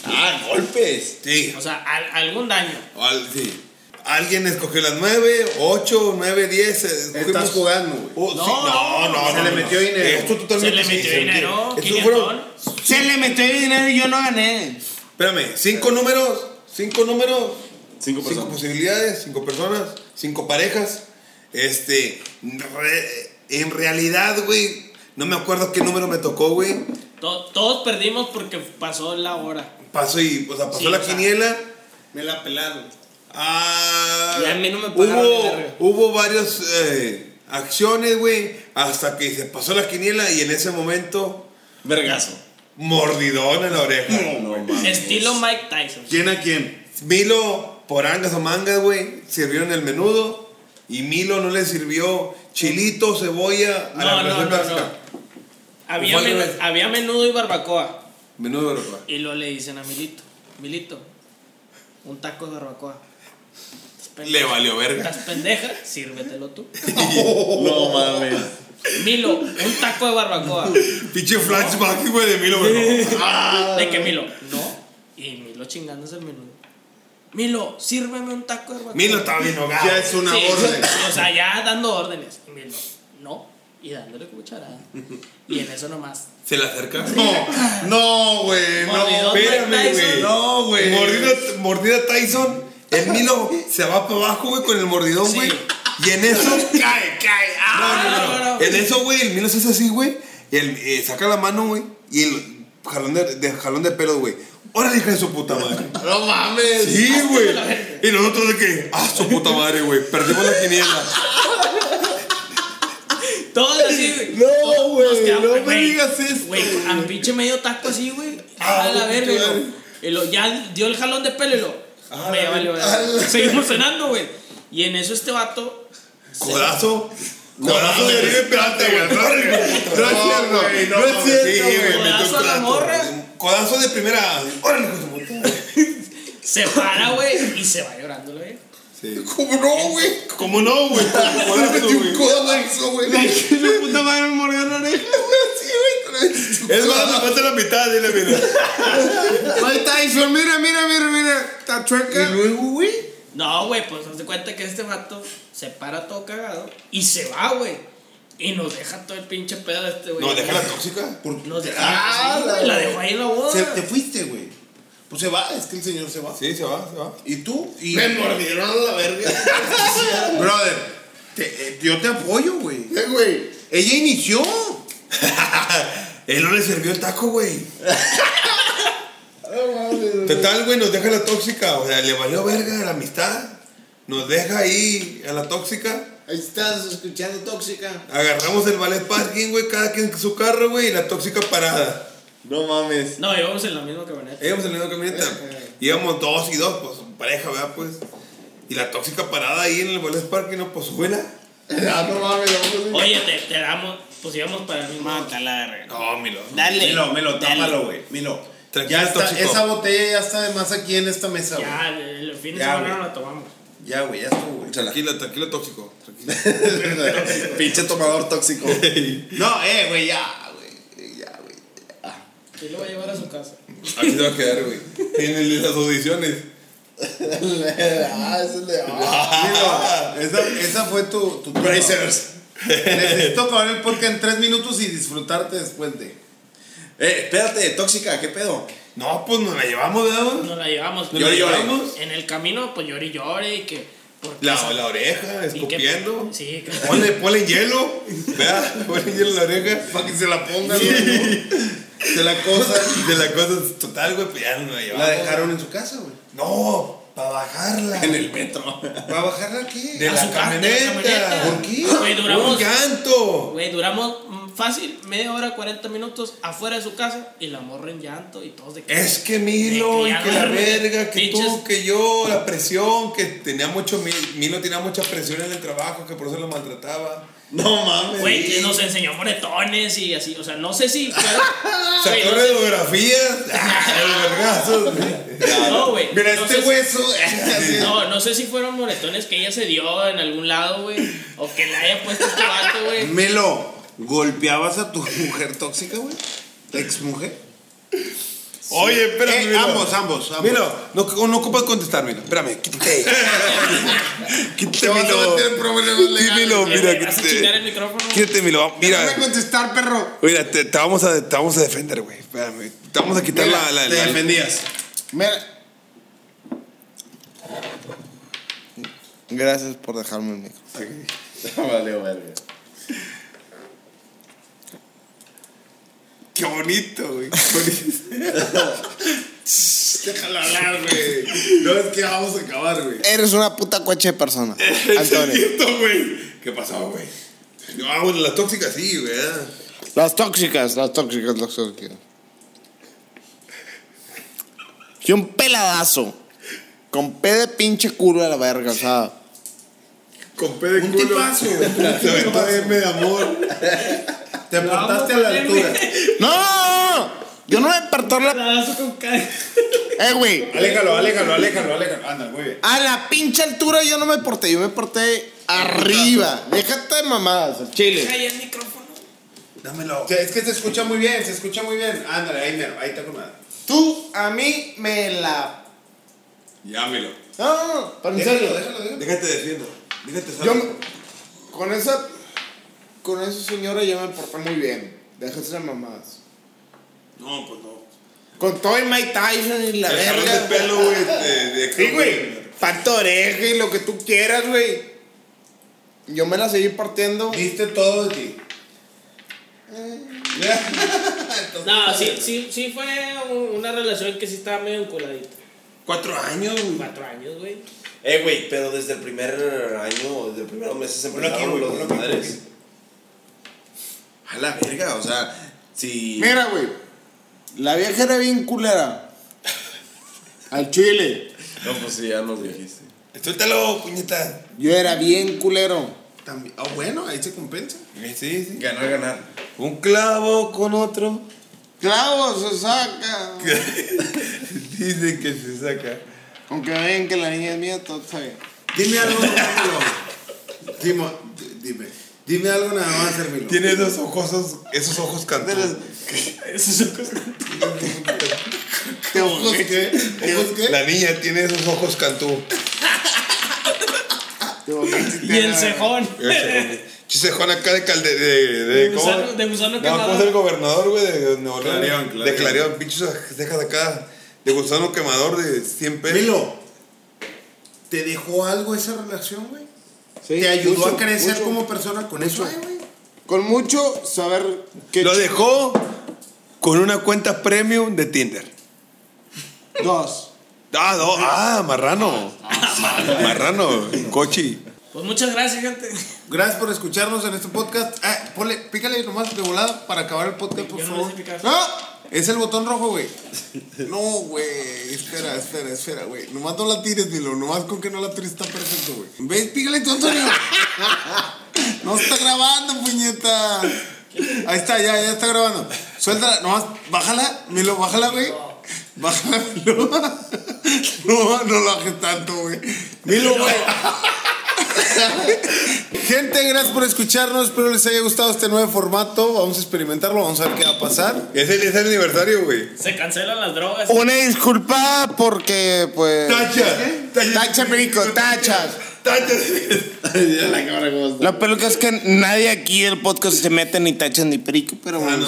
Ah, golpes.
Sí.
O sea, al- algún daño.
Al- sí. Alguien escogió las 9, 8, 9, 10.
Estás jugando, güey.
no, Oh, no, no,
se le
no, no.
metió dinero.
Esto totalmente
Se le metió
sí,
dinero,
Estos
quinientón.
fueron-
Se le metió el dinero y yo no gané.
espérame, 5 números, 5 números, 5
Cinco personas.
posibilidades, 5 personas, 5 parejas. Este, re- en realidad, güey, no me acuerdo qué número me tocó, güey.
To- todos perdimos porque pasó la hora.
Pasó y, o sea, pasó
Sí,
la
o sea.
quiniela.
Me la pelaron.
Ah,
Y a mí no me pagaron la
hubo,
verga.
hubo varias eh, acciones, güey, hasta que se pasó la quiniela y en ese momento,
Vergazo.
mordidón en la oreja.
No mames.
Estilo Mike Tyson.
¿Quién a quién?
Milo, por angas o mangas, güey, sirvieron el menudo y Milo no le sirvió chilito, cebolla a la
No, no,
relación
no,
tóxica.
no. Había,
Igual
men-
no es.
había menudo y barbacoa.
Menudo, ropa.
Y lo le dicen a Milito. Milito, un taco de barbacoa. ¿Estás pendeja?
Le valió verga.
¿Estás pendeja? Sírvetelo tú.
No mames.
Milo, un taco de barbacoa.
Pinche flashback, güey, de Milo, güey.
De que Milo, no. Y Milo chingándose el menudo. Milo, sírveme un taco de barbacoa.
Milo estaba bien ahogado.
Ya es una
Sí,
orden.
O sea, ya dando órdenes. Y Milo, no. Y dándole cucharada. Y en eso nomás.
Se le acerca.
No, no, güey, no.
Mordidón
Espérame,
Mike Tyson.
güey.
No, güey.
Mordida, mordida Tyson. El Milo se va para abajo, güey, con el mordidón,
Sí.
güey. Y en eso. cae, cae. no, no,
Ah,
no,
no, no.
En eso, güey, el Milo se hace así, güey. y el- eh, saca la mano, güey. Y el jalón de, de- jalón de pelos, güey. Órale, hija de su puta madre.
No mames.
Sí, güey. Y nosotros de que, ah, su puta madre, güey. Perdimos la quiniela.
Todos así, güey.
No,
Nos
güey.
quedamos,
No me
güey,
digas eso.
Güey, a pinche medio taco así, güey.
Ah,
A la verga. y lo-
claro.
y lo- ya dio el jalón de pelo y lo.
Ah,
me
la
valió,
verga.
verga.
Ah, la-
Seguimos cenando, güey. Y en eso este vato.
Codazo. Codazo de Oribe Peralta, güey. No es cierto, güey. No es cierto, güey. metió
Codazo a la
codazo.
morra.
Codazo de primera. Órale, hijo de puta.
Se para, güey, y se va llorando, güey.
¿Cómo no, güey? ¿Cómo no, güey? Codazo, güey. Codazo, güey.
La puta madre me mordió la oreja.
Es más, me falta la mitad, dile, mira.
Mike Tyson, mira, mira, mira, mira. Está chueca.
No, güey, pues haz de cuenta que este vato se para todo cagado y se va, güey. Y nos deja todo el pinche pedo de este güey.
No, deja la tóxica.
Por-
Nos deja.
Ah,
sí, güey, la dejó ahí en la boda.
se- te fuiste, güey. Pues se va, es que el señor se va.
Sí, se va, se va.
¿Y tú? Y,
Me mordieron a la verga.
brother, te- eh, yo te apoyo, güey.
Eh, güey.
Ella inició.
Él no le sirvió el taco, güey.
No mames.
Total, güey, nos deja la tóxica. O sea, le valió verga la amistad. Nos deja ahí a la tóxica.
Ahí estás escuchando tóxica.
Agarramos el ballet parking, güey, cada quien en su carro, güey, y la tóxica parada.
No mames.
No, íbamos en la misma camioneta.
Íbamos en la misma camioneta. Íbamos dos y dos, pues pareja, ¿verdad? Pues. Y la tóxica parada ahí en el ballet parking, no, pues suena.
Ah, no mames. no mames.
Oye, te, te damos, pues íbamos para el mismo.
Mátala, verga.
No, milo.
Dale.
Milo, Milo,
dale.
tápalo, güey. Milo.
Tranquilo,
Ya está,
tóxico.
esa botella ya está de más aquí en esta mesa, güey.
Ya, el el fin de
Ya,
semana
güey.
no la tomamos.
Ya, güey, ya estuvo, güey.
Tranquilo, tranquilo, tóxico. Tranquilo.
Pinche tomador tóxico.
No, eh, güey, ya, güey. eh, Ya, güey.
Y lo va a llevar a su casa.
Aquí se va a quedar, güey. En el- las audiciones.
ah, ese es de. Ah.
Milo, esa, esa fue tu, tu turno.
Brazers.
Necesito acabar el podcast en tres minutos y disfrutarte después de.
Eh, espérate, tóxica, ¿qué pedo?
No, pues nos la llevamos, ¿verdad?
Nos la llevamos.
¿Nos la llevamos?
llevamos? En el camino, pues lloré y lloré y que. porque
La,
sa-
la oreja,
y que-
escupiendo.
Sí, que.
Ponle, ponle hielo. ¿Verdad? Ponle hielo en la oreja.
Para que se la pongan, güey, ¿no? Se la cosa.
De la cosa total, güey, pues ya no la llevamos.
La dejaron en su casa, güey.
No, para bajarla.
En el metro.
¿Para bajarla aquí?
De
A
la
su ca- de
camioneta.
la camioneta.
¿Por qué?
Güey,
Un
duramos.
canto.
Güey, duramos mm, fácil media hora, 40 minutos afuera de su casa y la morra en llanto y todos de que.
Es que Milo,
De
y
que ya
que la
duerme.
verga, que tú,
Pinches-
que yo, la presión, que tenía mucho, Mil- Milo tenía mucha presión en el trabajo, que por eso lo maltrataba.
No mames.
Güey, que nos enseñó moretones y así. O sea, no sé si. pero- güey,
Sacó
no sé-
radiografías. vergazos.
No, güey.
Mira,
no
este
sé si-
hueso.
No, no sé si fueron moretones que ella se dio en algún lado, güey. O que la haya puesto este vato, güey.
Melo, ¿golpeabas a tu mujer tóxica, güey? ¿Ex mujer?
Oye, espérame,
Eh,
Milo.
ambos, ambos, ambos.
Milo, no, no ocupas contestar, Milo. Espérame, quítate. quítate, Milo. Sí, Milo,
Eh,
mira,
güey, hace chingar
quítate.
el micrófono.
Quítate, Milo. Mira,
contestar, perro.
mira, te, te vamos a, te vamos a defender, güey. Espérame. Te vamos a quitar la, la,
Te
la-
defendías.
Mira. Gracias por dejarme el micro. Vale, verga.
Qué bonito, güey.
Déjalo hablar, güey. No es que vamos a acabar, güey.
Eres una puta coche de persona, Antonio.
Bonito, güey. ¿Qué pasó, güey? Ah, bueno, la tóxica sí, güey.
Las tóxicas, las tóxicas, las tóxicas. Y un peladazo. Con P de pinche culo a la verga, o sea.
Con P de
Un
culo.
tipazo.
Se aventó M de amor.
Te portaste a la altura.
¡No! no, no! Yo no me parto la.
Pedazo con cara.
¡Eh, güey!
Aléjalo, aléjalo, aléjalo, aléjalo. Anda, muy bien.
A la pinche altura yo no me porté, yo me porté arriba. Déjate de mamadas, al chile.
Ahí el micrófono.
Dámelo.
O sea, es que se escucha muy bien, se escucha muy bien. Ándale, ahí mero, ahí está con madre. Tú.
A mí me la.
Llámelo.
No, no, no, pero en
Déjalo,
serio.
déjalo, déjalo.
Déjate defiendo. Déjate
Yo
salvo.
me- con esa con esa señora yo me porté muy bien. Déjate de mamadas.
No, pues no.
Con todo el Mike Tyson y la
El jalón
verga.
de pelo, güey. De, de
Sí, güey. Pato oreja y lo que tú quieras, güey. Yo me la seguí partiendo.
Diste todo de ti.
No, sí, sí, sí fue un- una relación que sí estaba medio enculadita.
Cuatro años, güey.
Cuatro años, güey.
Eh, güey, pero desde el primer año, desde el primer mes se
Ponlo aquí,
empezaron
güey,
los
ponlo aquí,
desmadres.
A la verga, o sea, si. Mira, güey. La vieja era bien culera. Al chile.
No, pues sí, ya nos dijiste.
Suéltalo, puñeta.
Yo era bien culero.
También. Ah, bueno, ahí se compensa.
Sí, sí.
Ganar, ganar.
Un clavo con otro.
Clavo se saca.
Dice que se saca.
Aunque ven que la niña es mía, todo está bien.
Dime algo, Milo. Dimo, d- dime. Dime algo nada más, Hermilo.
Tiene esos ojos, esos ojos cantones.
Te ojos
¿Qué? ¿Ojos qué?
La niña tiene esos ojos cantú.
Te ojos
Y el cejón.
Chisejón acá de calde. De, de,
De
¿cómo?
gusano- de gusano
No,
quemado.
¿cómo es el gobernador, güey? De de Nuevo León.
Clareón, Clareón.
De Clareón, pinches dejas acá. De gusano quemador de 100 pesos.
Milo, ¿te dejó algo esa relación, güey?
Sí,
¿Te ayudó
mucho,
a crecer
mucho.
como persona con eso? eh?
Mucho.
Ay, güey.
Con mucho saber que.
Lo dejó con una cuenta premium de Tinder.
Dos.
Ah, no, ah, marrano. marrano, cochi.
Pues muchas gracias, gente.
Gracias por escucharnos en este podcast. Ah, ponle, pícale nomás de volada para acabar el podcast, por
Yo no
favor.
le sé picar.
¡Ah! Es el botón rojo, güey. No, güey. Espera, espera, espera, güey. Nomás no la tires, Milo. Nomás con que no la tires está perfecto, güey. ¿Ves? Pícale tú, Antonio. No está grabando, puñeta. Ahí está, ya, ya está grabando. Suéltala, nomás, bájala, Milo, bájala, güey. Bájala, Milo. No, no lo bajes tanto, güey. Milo, güey. Gente, gracias por escucharnos. Espero les haya gustado este nuevo formato. Vamos a experimentarlo, vamos a ver qué va a pasar.
Es el, es el aniversario, güey.
Se cancelan las drogas.
Oh,
Una disculpa porque, pues.
Tacha.
Tacha, perico, tachas.
Tacha.
Mira la cámara cómo está.
La peluca es que nadie aquí del podcast se mete ni tacha ni perico, pero bueno.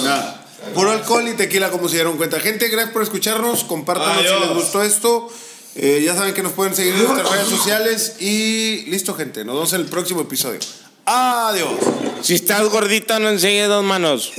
Puro alcohol y tequila, como se dieron cuenta. Gente, gracias por escucharnos. Compártanos si
Adiós.
les gustó esto. Eh, ya saben que nos pueden seguir en nuestras redes sociales. Y listo, gente. Nos vemos en el próximo episodio. Adiós.
Si estás gordita, no enseñes dos manos.